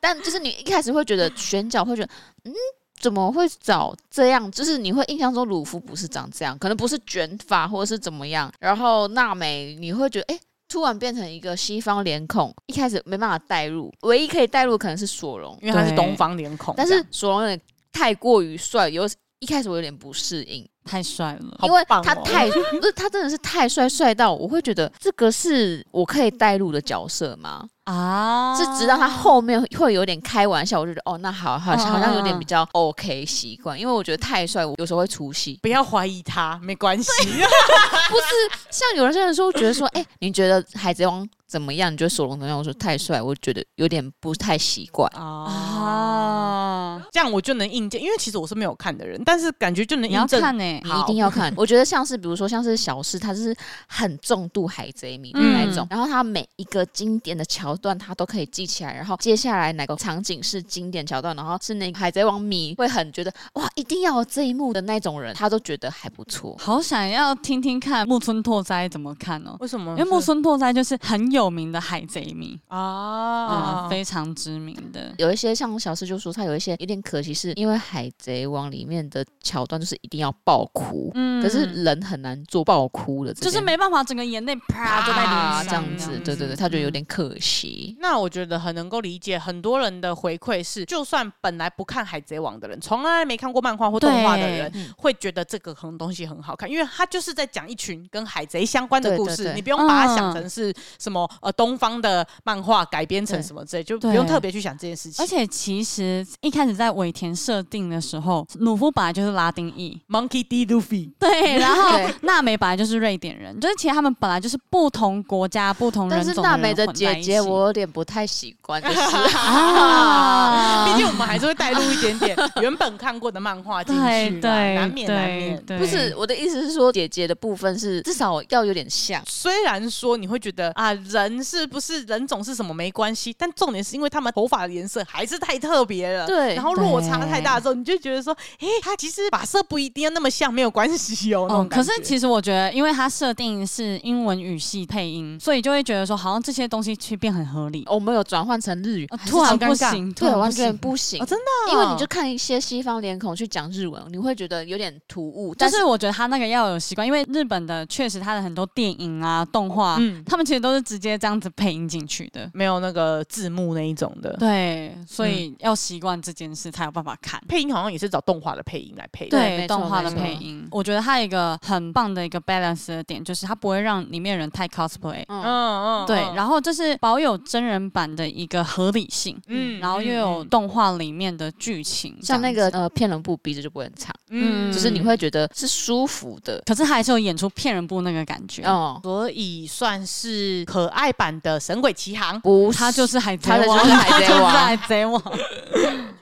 Speaker 3: 但就是你一开始会觉 得选角会觉得，嗯，怎么会找这样？就是你会印象中鲁夫不是长这样，可能不是卷发或者是怎么样。然后娜美你会觉得，哎、突然变成一个西方脸孔，一开始没办法代入，唯一可以代入可能是索隆，
Speaker 2: 因为他是
Speaker 1: 对
Speaker 2: 东方脸孔，
Speaker 3: 但
Speaker 2: 这
Speaker 3: 是
Speaker 2: 样
Speaker 3: 索隆有点太过于帅，有一开始我有点不适应。
Speaker 1: 太帅了。
Speaker 2: 好
Speaker 3: 因为
Speaker 2: 棒哦
Speaker 3: 他太不是他真的是太帅，帅到我会觉得这个是我可以代入的角色吗？
Speaker 1: 啊，
Speaker 3: 是直到他后面会有点开玩笑，我就觉得哦，那好好好像有点比较 OK 习惯，因为我觉得太帅，我有时候会出戏。
Speaker 2: 不要怀疑他，没关系。
Speaker 3: 不是像有些人说，觉得说，哎、你觉得海贼王怎么样？你觉得索隆怎么样？我说太帅，我觉得有点不太习惯。
Speaker 2: 啊，
Speaker 3: 嗯
Speaker 1: 啊，啊，
Speaker 2: 哦这样我就能印证，因为其实我是没有看的人，但是感觉就能
Speaker 1: 你要
Speaker 2: 印证。
Speaker 1: 看呢、欸
Speaker 3: 你
Speaker 2: 好
Speaker 3: 一定要看。 我觉得像是比如说像是小四，他是很重度海贼迷的那一种，然后他每一个经典的桥段他都可以记起来，然后接下来哪个场景是经典桥段，然后是那个海贼王迷会很觉得哇，一定要有这一幕的那种人，他都觉得还不错。
Speaker 1: 好想要听听看木村拓哉怎么看哦，
Speaker 2: 为什么
Speaker 1: 因
Speaker 3: 嗯
Speaker 2: 是？
Speaker 1: 为木村拓哉就是很有名的海贼迷啊、
Speaker 3: 嗯
Speaker 2: 啊，
Speaker 1: 非常知名的。
Speaker 3: 有一些像小四就说他有一些有点可惜，是因为《海贼王》里面的桥段就是一定要爆哭，
Speaker 1: 嗯
Speaker 3: 可是人很难做爆哭的这件，
Speaker 1: 就是没办法，整个眼泪啪就在
Speaker 3: 啊
Speaker 1: 脸上
Speaker 3: 这样子，对对对，他觉得有点可惜。
Speaker 2: 那我觉得很能够理解很多人的回馈是，就算本来不看《海贼王》的人，从来没看过漫画或动画的人
Speaker 1: 对
Speaker 3: 嗯，
Speaker 2: 会觉得这个很东西很好看，因为它就是在讲一群跟海贼相关的故事，
Speaker 3: 对对对
Speaker 2: 你不用把它想成是什么、呃东方的漫画改编成什么之类，就不用特别去想这件事情。
Speaker 1: 而且其实一开始在尾田设定的时候，鲁夫本来就是拉丁 裔，
Speaker 2: Monkey D. Luffy，
Speaker 1: 对，然后
Speaker 3: 对
Speaker 1: 娜美本来就是瑞典人，就是其实他们本来就是不同国家、不同人
Speaker 3: 但
Speaker 1: 种
Speaker 3: 是
Speaker 1: 人
Speaker 3: 娜美的
Speaker 1: 混在
Speaker 3: 姐
Speaker 1: 一
Speaker 3: 姐，
Speaker 1: 起
Speaker 3: 我有点不太习惯，就是
Speaker 1: 啊
Speaker 2: 毕竟我们还是会带入一点点原本看过的漫画 进
Speaker 1: 对
Speaker 2: 去啦，
Speaker 1: 对
Speaker 2: 难免
Speaker 1: 对
Speaker 2: 难免。
Speaker 1: 对
Speaker 3: 不是我的意思是说，姐姐的部分是至少要有点像。
Speaker 2: 虽然说你会觉得啊，人是不是人种是什么没关系，但重点是因为他们头发的颜色还是太特别了。
Speaker 3: 对
Speaker 2: 然后落差太大的时候，你就觉得说，诶，他其实发色不一定要那么像，没有关系哦。那种
Speaker 1: 哦，可
Speaker 2: 感
Speaker 1: 是
Speaker 2: 觉
Speaker 1: 其实我觉得，因为它设定是英文语系配音，所以就会觉得说，好像这些东西去变很合理。
Speaker 3: 我们有转换成日语
Speaker 1: 啊，
Speaker 3: 还是
Speaker 1: 突然
Speaker 3: 超
Speaker 1: 不
Speaker 3: 尴尬
Speaker 1: 行突
Speaker 3: 嗯对，
Speaker 1: 然
Speaker 3: 完
Speaker 1: 不
Speaker 3: 全
Speaker 1: 行
Speaker 3: 不行
Speaker 2: 哦，真的
Speaker 3: 因
Speaker 2: 哦
Speaker 3: 为你就看一些西方脸孔去讲日文，你会觉得有点突兀，
Speaker 1: 就
Speaker 3: 但
Speaker 1: 是我觉得他那个要有习惯，因为日本的确实他的很多电影啊、动画，
Speaker 2: 嗯
Speaker 1: 他们其实都是直接这样子配音进去的。
Speaker 2: 没有那个字幕那一种的。
Speaker 1: 对，所以要习惯这件事才有办法看。
Speaker 2: 配音好像也是找动画的配音来配的。
Speaker 3: 对没错
Speaker 1: 动画的
Speaker 3: 没错
Speaker 1: 配音，我觉得它有一个很棒的一个 balance 的点，就是它不会让里面人太 cosplay，、
Speaker 2: 嗯
Speaker 3: 嗯，
Speaker 2: 嗯
Speaker 1: 对，
Speaker 2: 后
Speaker 1: 然后就是保有真人版的一个合理性，
Speaker 2: 嗯
Speaker 1: 然后又有动画里面的剧情，
Speaker 3: 像那
Speaker 1: 这样
Speaker 3: 个
Speaker 1: 子，
Speaker 3: 呃骗人部鼻子就不会很长，
Speaker 1: 嗯
Speaker 3: 就是你会觉得是舒服的。
Speaker 1: 可是它还是有演出骗人部那个感觉，
Speaker 3: 哦，
Speaker 2: 所以算是可爱版的《神鬼奇航》。
Speaker 3: 不
Speaker 1: 他就是海贼
Speaker 3: 他就是
Speaker 1: 王，
Speaker 3: 海贼王
Speaker 1: 就是海贼 王，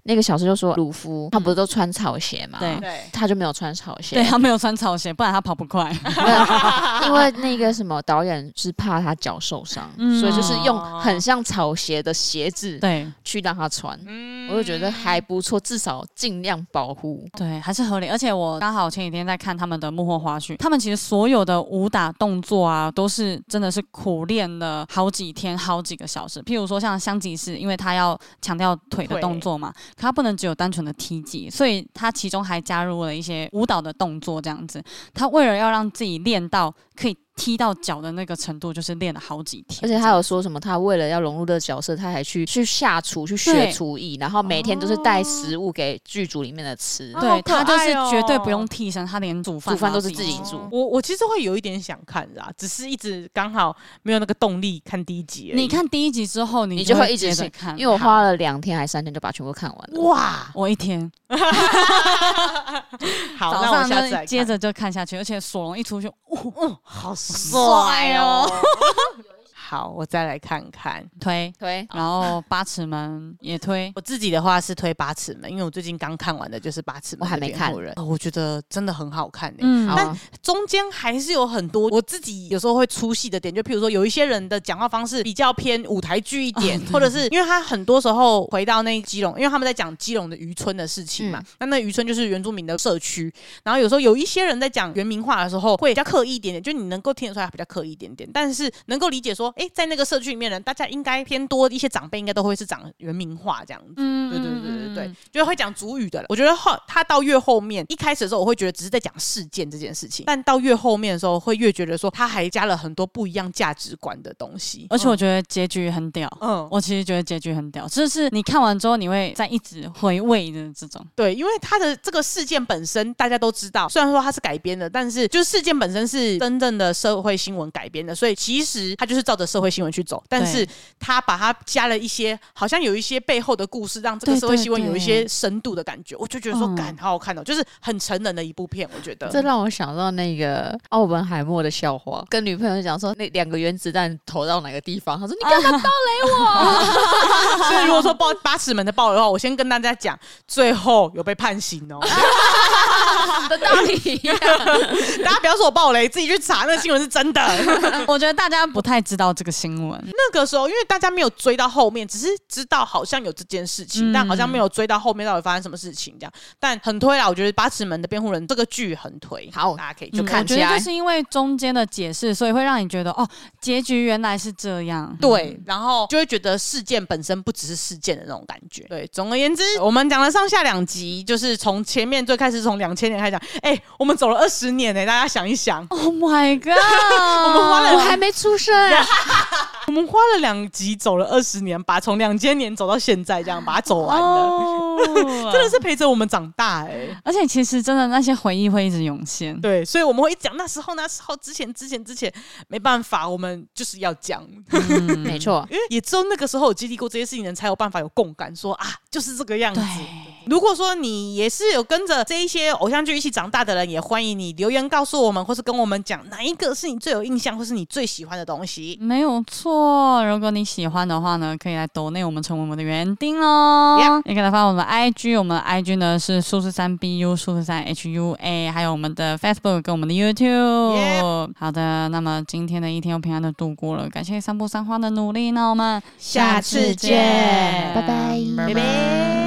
Speaker 3: 那个小时就说鲁夫，他不是都穿草鞋嘛？
Speaker 1: 对
Speaker 2: 对，
Speaker 3: 他就没有穿草鞋
Speaker 1: 对，他没有穿草鞋，不然他跑不 快，
Speaker 3: 对 因为那个什么导演是怕他脚受伤，
Speaker 1: 嗯
Speaker 3: 所以就是用很像草鞋的鞋子
Speaker 1: 对
Speaker 3: 去让他穿。
Speaker 2: 嗯
Speaker 3: 我就觉得还不错，至少尽量保护。
Speaker 1: 对，还是合理。而且我刚好前几天在看他们的幕后花絮，他们其实所有的武打动作啊，都是真的是苦练了好几天、好几个小时。譬如说像香吉士，因为他要强调腿的
Speaker 2: 腿
Speaker 1: 动作嘛，可他不能只有单纯的踢技，所以他其中还加入了一些舞蹈的动作，这样子。他为了要让自己练到可以踢到脚的那个程度，就是练了好几天。
Speaker 3: 而且他有说什么，他为了要融入这个角色，他还去去下厨去学
Speaker 1: 对
Speaker 3: 厨艺，然后每天都是带食物给剧组里面的吃。
Speaker 2: 啊
Speaker 1: 对
Speaker 2: 好可
Speaker 1: 他就是
Speaker 2: 爱哦
Speaker 1: 绝对不用替身，他连煮饭
Speaker 3: 煮饭都是
Speaker 1: 要
Speaker 3: 自己
Speaker 1: 煮
Speaker 3: 住
Speaker 2: 我我其实会有一点想看啦，只是一直刚好没有那个动力看第一集而已。
Speaker 1: 你看第一集之后，你
Speaker 3: 你
Speaker 1: 就
Speaker 3: 就会
Speaker 1: 会
Speaker 3: 一直
Speaker 1: 接着
Speaker 3: 想
Speaker 1: 看，
Speaker 3: 因为我花了两天还三天就把全部看完了。
Speaker 2: 哇，
Speaker 1: 我一天。
Speaker 2: 好，
Speaker 1: 早
Speaker 2: 那我
Speaker 1: 上
Speaker 2: 下次
Speaker 1: 呢
Speaker 2: 来
Speaker 1: 接
Speaker 2: 看
Speaker 1: 着就看下去，而且索隆一出去，
Speaker 2: 好哎
Speaker 1: 帅哦！
Speaker 2: 好，我再来看看。
Speaker 1: 推，
Speaker 3: 对，
Speaker 1: 然后八尺门也推，
Speaker 2: 我自己的话是推《八尺门》，因为我最近刚看完的就是《八尺门》，
Speaker 3: 我还没看
Speaker 2: 人、哦我觉得真的很好看、欸。
Speaker 1: 嗯
Speaker 3: 好啊，
Speaker 2: 中间还是有很多我自己有时候会出戏的点，就譬如说有一些人的讲话方式比较偏舞台剧一点，或者是因为他很多时候回到那基隆，因为他们在讲基隆的渔村的事情嘛，那那渔村就是原住民的社区，然后有时候有一些人在讲原民话的时候会比较刻意一点点，就你能够听得出来他比较刻意一点点，但是能够理解说，诶，在那个社区里面的人，大家应该偏多一些长辈应该都会是讲原民话这样子。
Speaker 1: 嗯
Speaker 2: 对对对对对，，就会讲主语的了。我觉得后他到越后面，一开始的时候我会觉得只是在讲事件这件事情，但到越后面的时候，会越觉得说他还加了很多不一样价值观的东西。
Speaker 1: 而且我觉得结局很屌。
Speaker 2: 嗯，嗯
Speaker 1: 我其实觉得结局很屌，就是你看完之后，你会再一直回味的这 种。
Speaker 2: 对，因为他的这个事件本身大家都知道，虽然说它是改编的，但是就是事件本身是真正的社会新闻改编的，所以其实他就是照着社会新闻去走，但是他把它加了一些，好像有一些背后的故事，让这个
Speaker 1: 对
Speaker 2: 社会
Speaker 1: 对
Speaker 2: 新闻们有一些深度的感觉，我就觉得说，
Speaker 1: 嗯
Speaker 2: 感好好看哦，就是很成人的一部片，我觉得。
Speaker 3: 这让我想到那个奥本海默的笑话，跟女朋友讲说那两个原子弹投到哪个地方，他 说你干嘛
Speaker 2: 所以如果说报八尺门的报的话，我先跟大家讲，最后有被判 刑哦。
Speaker 3: 的道理一样？
Speaker 2: 大家不要说我暴雷，自己去查，那个新闻是真的。
Speaker 1: 我觉得大家不太知道这个新闻，
Speaker 2: 那个时候，因为大家没有追到后面，只是知道好像有这件事情，
Speaker 1: 嗯
Speaker 2: 但好像没有追到后面到底发生什么事情这样。但很推啦，我觉得《八尺门的辩护人》这个剧很推，
Speaker 3: 好
Speaker 2: 大家可以去
Speaker 3: 就
Speaker 1: 嗯
Speaker 2: 看
Speaker 1: 我
Speaker 3: 看
Speaker 2: 一
Speaker 1: 觉
Speaker 2: 下。
Speaker 3: 起
Speaker 1: 得
Speaker 3: 来
Speaker 1: 就是因为中间的解释，所以会让你觉得哦，结局原来是这样。
Speaker 2: 对，然后就会觉得事件本身不只是事件的那种感觉。对，总而言之，我们讲了上下两集，就是从前面最开始从两千年开始讲，哎、我们走了二十年呢、大家想一想，
Speaker 1: Oh my god！我
Speaker 2: 们花了
Speaker 3: 我还没出 生啊，
Speaker 2: 我们花了两集走了二十年，把从两千年走到现在，这样把它走完了。
Speaker 1: 哦 嗯
Speaker 2: 真的是陪着我们长大哎、
Speaker 1: 而且其实真的那些回忆会一直涌现。
Speaker 2: 对，所以我们会一直讲那时候，那时候之前之前之前，没办法，我们就是要讲，
Speaker 1: 嗯
Speaker 3: 嗯没错，
Speaker 2: 因为也只有那个时候有经历过这些事情，人才有办法有共感说啊，就是这个样子
Speaker 1: 对。
Speaker 2: 如果说你也是有跟着这一些偶像剧一起长大的人，也欢迎你留言告诉我们，或是跟我们讲哪一个是你最有印象，或是你最喜欢的东西。
Speaker 1: 没有错，如果你喜欢的话呢，可以来抖内我们成为我们的园丁哦。
Speaker 2: Yeah
Speaker 1: 也可以来发我们的 IG，我们的 IG 呢是数字三 BU 数字三 HUA，还有我们的 Facebook 跟我们的 YouTube。
Speaker 2: Yeah
Speaker 1: 好的，那么今天的一天又平安的度过了，感谢三步三花的努力，那我们
Speaker 3: 下
Speaker 2: 次见
Speaker 1: 下次
Speaker 3: 拜拜
Speaker 1: 拜
Speaker 2: 拜拜